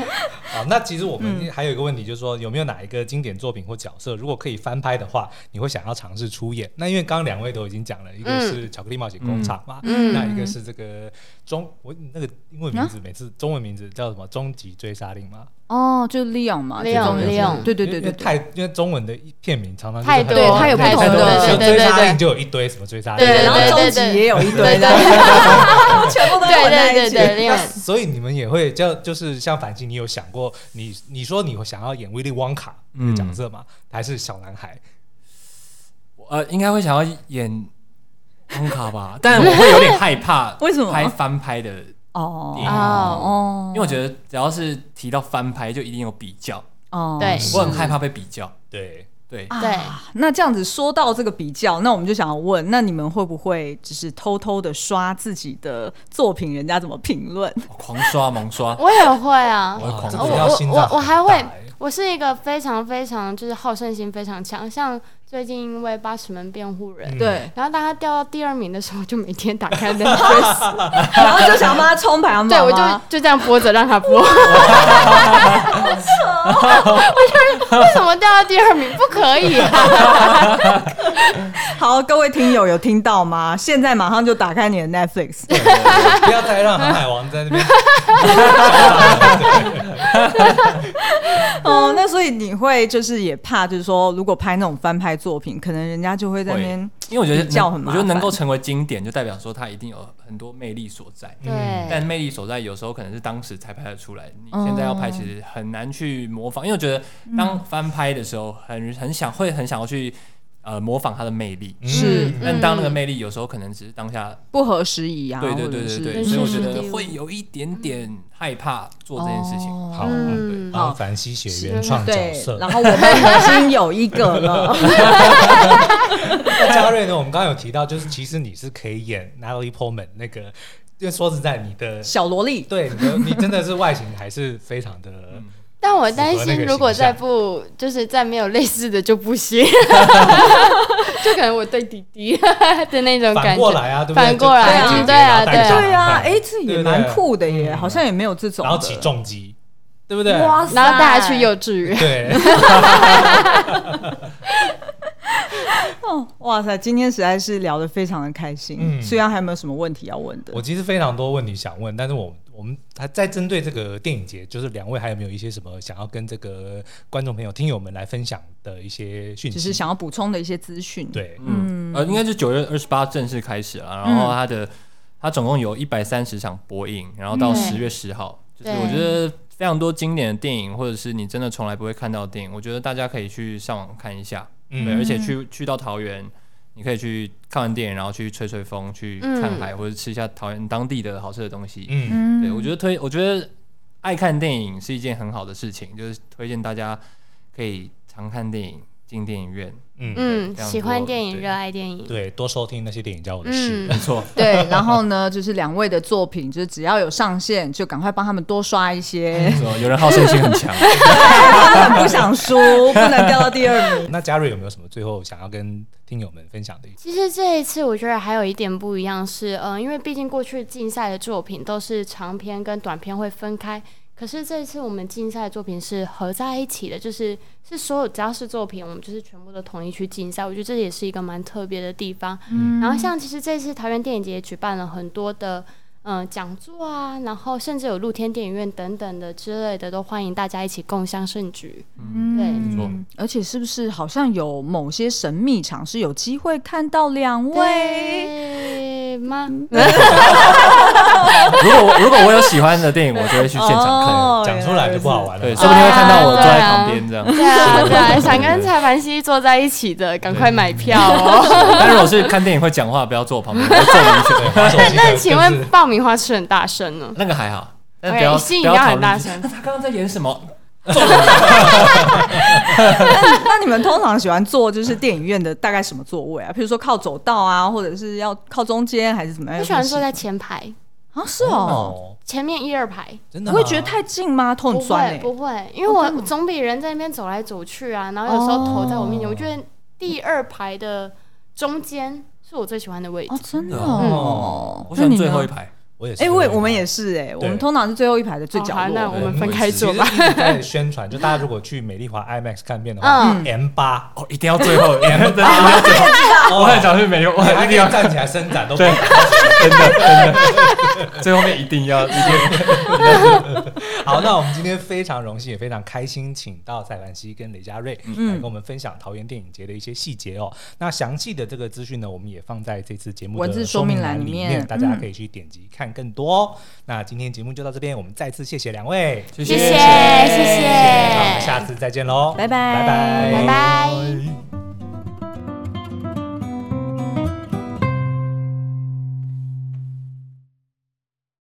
Speaker 1: 好，那其实我
Speaker 4: 嗯
Speaker 1: 们还有一个问题，就是说有没有哪一个经典作品或角色，如果可以翻拍的话，你会想要尝试出演？那因为刚刚两位都已经讲了，一个
Speaker 4: 嗯
Speaker 1: 是《巧克力冒险工厂》嘛，
Speaker 4: 嗯
Speaker 1: 那一个是这个中我那个英文名字每次中文名字叫什么《终极追杀令》嘛，
Speaker 2: 哦，就是 Leon 嘛
Speaker 4: Leon，
Speaker 2: 这种人
Speaker 4: Leon
Speaker 2: 对对
Speaker 1: 因为
Speaker 2: 对对
Speaker 1: 因为太因为中文的片名常常就是
Speaker 4: 太
Speaker 1: 很
Speaker 4: 多
Speaker 2: 它有不
Speaker 1: 太
Speaker 2: 同
Speaker 1: 多
Speaker 2: 的
Speaker 1: 了
Speaker 2: 对
Speaker 1: 像
Speaker 4: 对
Speaker 1: 追
Speaker 4: 对
Speaker 1: 杀
Speaker 4: 对
Speaker 1: 令就有一堆什么追杀令，
Speaker 4: 对对
Speaker 2: 然后
Speaker 4: 对
Speaker 2: 终极
Speaker 4: 对
Speaker 2: 也有一
Speaker 4: 对
Speaker 2: 堆
Speaker 4: 对
Speaker 2: 的，全部都
Speaker 4: 对
Speaker 2: 混在
Speaker 4: 对
Speaker 2: 一
Speaker 4: 对
Speaker 2: 起。
Speaker 4: 对，
Speaker 1: 那
Speaker 4: 亮
Speaker 1: 所以你们也会就就是像反击，你有想过你你说你会想要演威利旺卡的角色吗？还是小男孩？
Speaker 3: 呃，应该会想要演安卡吧，但我会有点害怕
Speaker 2: 为什么
Speaker 3: 拍翻拍的电
Speaker 2: 哦
Speaker 3: 影，
Speaker 4: 哦
Speaker 2: 哦
Speaker 3: 因为我觉得只要是提到翻拍，就一定有比较，
Speaker 2: 哦
Speaker 4: 对
Speaker 3: 我很害怕被比较。
Speaker 1: 对，
Speaker 3: 对，
Speaker 4: 对
Speaker 2: 啊那这样子说到这个比较，那我们就想要问，那你们会不会只是偷偷的刷自己的作品，人家怎么评论？
Speaker 3: 我狂刷猛刷，
Speaker 4: 我也会啊，
Speaker 3: 我会狂
Speaker 1: 哦这
Speaker 4: 我
Speaker 1: 个
Speaker 3: 刷。
Speaker 1: 要
Speaker 4: 我
Speaker 1: 心脏
Speaker 4: 我我
Speaker 1: 很
Speaker 4: 还
Speaker 1: 大
Speaker 4: 会
Speaker 1: 欸，
Speaker 4: 我是一个非常非常就是好胜心非常强，像最近因为《八尺门辩护人》
Speaker 1: 嗯
Speaker 2: 对，
Speaker 4: 然后当他掉到第二名的时候，我就每天打 开 Netflix，
Speaker 2: 然后就想帮他冲排行
Speaker 4: 对
Speaker 2: 榜
Speaker 4: 我就
Speaker 2: 吗
Speaker 4: 就这样播着让他播。好扯哦！我就是为 什么掉到第二名？不可以啊！
Speaker 2: 好，各位听友有听到吗？现在马上就打开你的 Netflix，
Speaker 1: 对对对不要再让航海王在那 边
Speaker 2: 哦、那所以你会就是也怕，就是说如果拍那种翻拍作品，可能人家就会在那边
Speaker 3: 因为我觉得
Speaker 2: 比较很
Speaker 3: 能，
Speaker 2: 麻烦
Speaker 3: 我觉得能够成为经典，就代表说它一定有很多魅力所在。但
Speaker 4: 对，
Speaker 3: 魅力所在，有时候可能是当时才拍得出来，
Speaker 2: 哦
Speaker 3: 你现在要拍其实很难去模仿，因为我觉得
Speaker 2: 嗯
Speaker 3: 当翻拍的时候，很很想会很想要去呃模仿它的魅力，
Speaker 2: 是
Speaker 3: 但当那个魅力有时候可能只是当下，
Speaker 2: 不合时宜啊，
Speaker 3: 对对对
Speaker 2: 或者
Speaker 3: 对
Speaker 2: 是
Speaker 3: 对，
Speaker 4: 人
Speaker 3: 所以我
Speaker 4: 生
Speaker 3: 觉
Speaker 4: 实
Speaker 3: 得
Speaker 4: 地
Speaker 3: 会有一点点害怕做这件事情。
Speaker 2: 哦
Speaker 1: 好，
Speaker 4: 嗯
Speaker 1: 对，帮凡西写原创角
Speaker 2: 对
Speaker 1: 色，。
Speaker 2: 然后我们已经有一个了，
Speaker 1: 那嘉瑞呢？我们刚刚有提到，就是其实你是可以演 Natalie Portman 那个，因为说实在，你的
Speaker 2: 小萝莉。
Speaker 1: 对你的你真的是外形还是非常的，
Speaker 4: 嗯但我担
Speaker 1: 符合那
Speaker 4: 心
Speaker 1: 个
Speaker 4: 如果
Speaker 1: 形象
Speaker 4: 再不就是再没有类似的就不 行，就可能我对弟弟 的那种
Speaker 1: 反
Speaker 4: 感
Speaker 1: 过
Speaker 4: 觉。
Speaker 1: 来啊，对不对？
Speaker 4: 反过来
Speaker 1: 就戴个姐姐然后
Speaker 2: 啊
Speaker 4: 对啊
Speaker 1: 戴个
Speaker 4: 对啊
Speaker 1: 小
Speaker 2: 对啊，
Speaker 1: 男孩
Speaker 2: 哎，这也蛮酷的耶，好像也没有这种的。
Speaker 1: 然后起重机，对不对？
Speaker 2: 哇塞，
Speaker 4: 然后带他去幼稚园，
Speaker 1: 对，
Speaker 2: 哦，哇塞，今天实在是聊得非常的开心。
Speaker 1: 嗯
Speaker 2: 虽然还有没有什么问题要问的
Speaker 1: 我，其实非常多问题想问，但是我我们还在针对这个电影节，就是两位还有没有一些什么想要跟这个观众朋友、听友们来分享的一些讯息？
Speaker 2: 只是想要补充的一些资讯。，
Speaker 1: 嗯对，
Speaker 3: 嗯，呃，应该是九月二十八正式开始了，然后它的、它总共有一百三十场播映，然后到
Speaker 4: 嗯
Speaker 3: 十月十号，就是
Speaker 4: 对
Speaker 3: 我觉得非常多经典的电影，或者是你真的从来不会看到的电影，我觉得大家可以去上网看一下，
Speaker 1: 嗯
Speaker 3: 对，而且去去到桃园。你可以去看完电影，然后去吹吹风，去看海，或者吃一下桃园当地的好吃的东西。
Speaker 1: 嗯，
Speaker 3: 对，我觉得推，我觉得爱看电影是一件很好的事情，就是推荐大家可以常看电影，进电影院。
Speaker 1: 嗯
Speaker 4: 嗯，
Speaker 3: 这样
Speaker 4: 喜欢
Speaker 3: 多
Speaker 4: 电影，
Speaker 3: 对
Speaker 4: 热爱电影，
Speaker 1: 对，多收听那些电影叫我的事。
Speaker 4: 嗯，
Speaker 3: 没错，
Speaker 2: 对，然后呢，就是两位的作品，就是只要有上线，就赶快帮他们多刷一 些，
Speaker 3: 没错，有人好胜心很强。
Speaker 2: 他 们不想输，不能掉到第二名。
Speaker 1: 那嘉瑞有没有什么最后想要跟听友们分享的一？
Speaker 4: 其实这一次我觉得还有一点不一样是，嗯、因为毕竟过去竞赛的作品都是长篇跟短篇会分开，可是这一次我们竞赛的作品是合在一起的，就是是所有只要是作品，我们就是全部都统一去竞赛。我觉得这也是一个蛮特别的地方。嗯，然后像其实这次桃园电影节也举办了很多的。嗯，讲座啊，然后甚至有露天电影院等等的之类的，都欢迎大家一起共襄盛举。嗯，
Speaker 3: 错
Speaker 2: 嗯， 而且是不是好像有某些神秘场是有机会看到两
Speaker 4: 对，
Speaker 2: 位？
Speaker 4: 对会吗？
Speaker 3: 如果我如果我有喜欢的电影，我就会去现场看。
Speaker 2: 哦
Speaker 1: 讲出来就不好玩了。
Speaker 3: 对，说不定会看到我坐在旁边这样。
Speaker 4: 对啊，对啊，想跟蔡凡熙坐在一起的，赶快买票哦。
Speaker 3: 但如果是看电影会讲话，不要坐我旁边，我坐你 去。
Speaker 1: 对，滑 手机
Speaker 4: 那
Speaker 1: 的
Speaker 4: 请
Speaker 1: 就
Speaker 4: 问
Speaker 1: 是
Speaker 4: 爆米花吃很大声呢？
Speaker 3: 那个还好，但
Speaker 4: OK，
Speaker 3: 不要
Speaker 4: 吸引
Speaker 3: 不要
Speaker 4: 要
Speaker 3: 讨
Speaker 4: 很
Speaker 3: 论
Speaker 4: 大
Speaker 3: 自己
Speaker 4: 声
Speaker 3: 那他刚刚在演什么？
Speaker 2: 那你们通常喜欢坐就是电影院的大概什么座位啊？比如说靠走道啊，或者是要靠中间，还是怎么样？
Speaker 4: 我喜欢坐在前排，
Speaker 2: 啊，是哦，，
Speaker 4: 前面一二排。
Speaker 1: 真的
Speaker 2: 不
Speaker 1: 吗
Speaker 2: 会觉得太近吗？头
Speaker 4: 不
Speaker 2: 很酸
Speaker 4: 会
Speaker 2: 哎。
Speaker 4: 不会，因为我总比人在那边走来走去啊，然后有时候头在我面
Speaker 2: 哦
Speaker 4: 前，我觉得第二排的中间是我最喜欢的位置
Speaker 2: 哦，。真的
Speaker 1: 嗯
Speaker 2: 哦。
Speaker 3: 我喜欢最后一
Speaker 2: 排。
Speaker 3: 排。啊
Speaker 1: 我也是，
Speaker 2: 哎，我也我们也是哎，我们通常是最后一排的最角
Speaker 4: 好那
Speaker 2: 落。
Speaker 3: 对
Speaker 4: 我
Speaker 1: 嗯
Speaker 4: 们分开坐吧。
Speaker 1: 其实一直在宣传，就大家如果去美丽华 IMAX 看片的话
Speaker 4: 嗯
Speaker 1: ，M 八，哦
Speaker 3: 哦，一定要最后， 一定要最后。我很想去美 国，我
Speaker 1: 还
Speaker 3: 一
Speaker 1: 可
Speaker 3: 定
Speaker 1: 以
Speaker 3: 要
Speaker 1: 站起来伸展都不
Speaker 3: 对，真的真的，最后面一定要一定
Speaker 1: 好，那我们今天非常荣幸，也非常开心，请到蔡凡熙跟雷佳瑞
Speaker 3: 嗯
Speaker 1: 来跟我们分享桃园电影节的一些细节哦。那详细的这个资讯呢，我们也放在这次节目的
Speaker 2: 文字
Speaker 1: 说
Speaker 2: 说明
Speaker 1: 栏
Speaker 2: 栏
Speaker 1: 里
Speaker 2: 里面
Speaker 1: 大家
Speaker 2: 嗯
Speaker 1: 可以去点击看更多哦。那今天节目就到这边，我们再次谢谢两位，
Speaker 4: 谢谢谢谢
Speaker 1: 那我们下次再见喽，
Speaker 2: 拜拜
Speaker 1: 拜拜，
Speaker 4: 拜拜。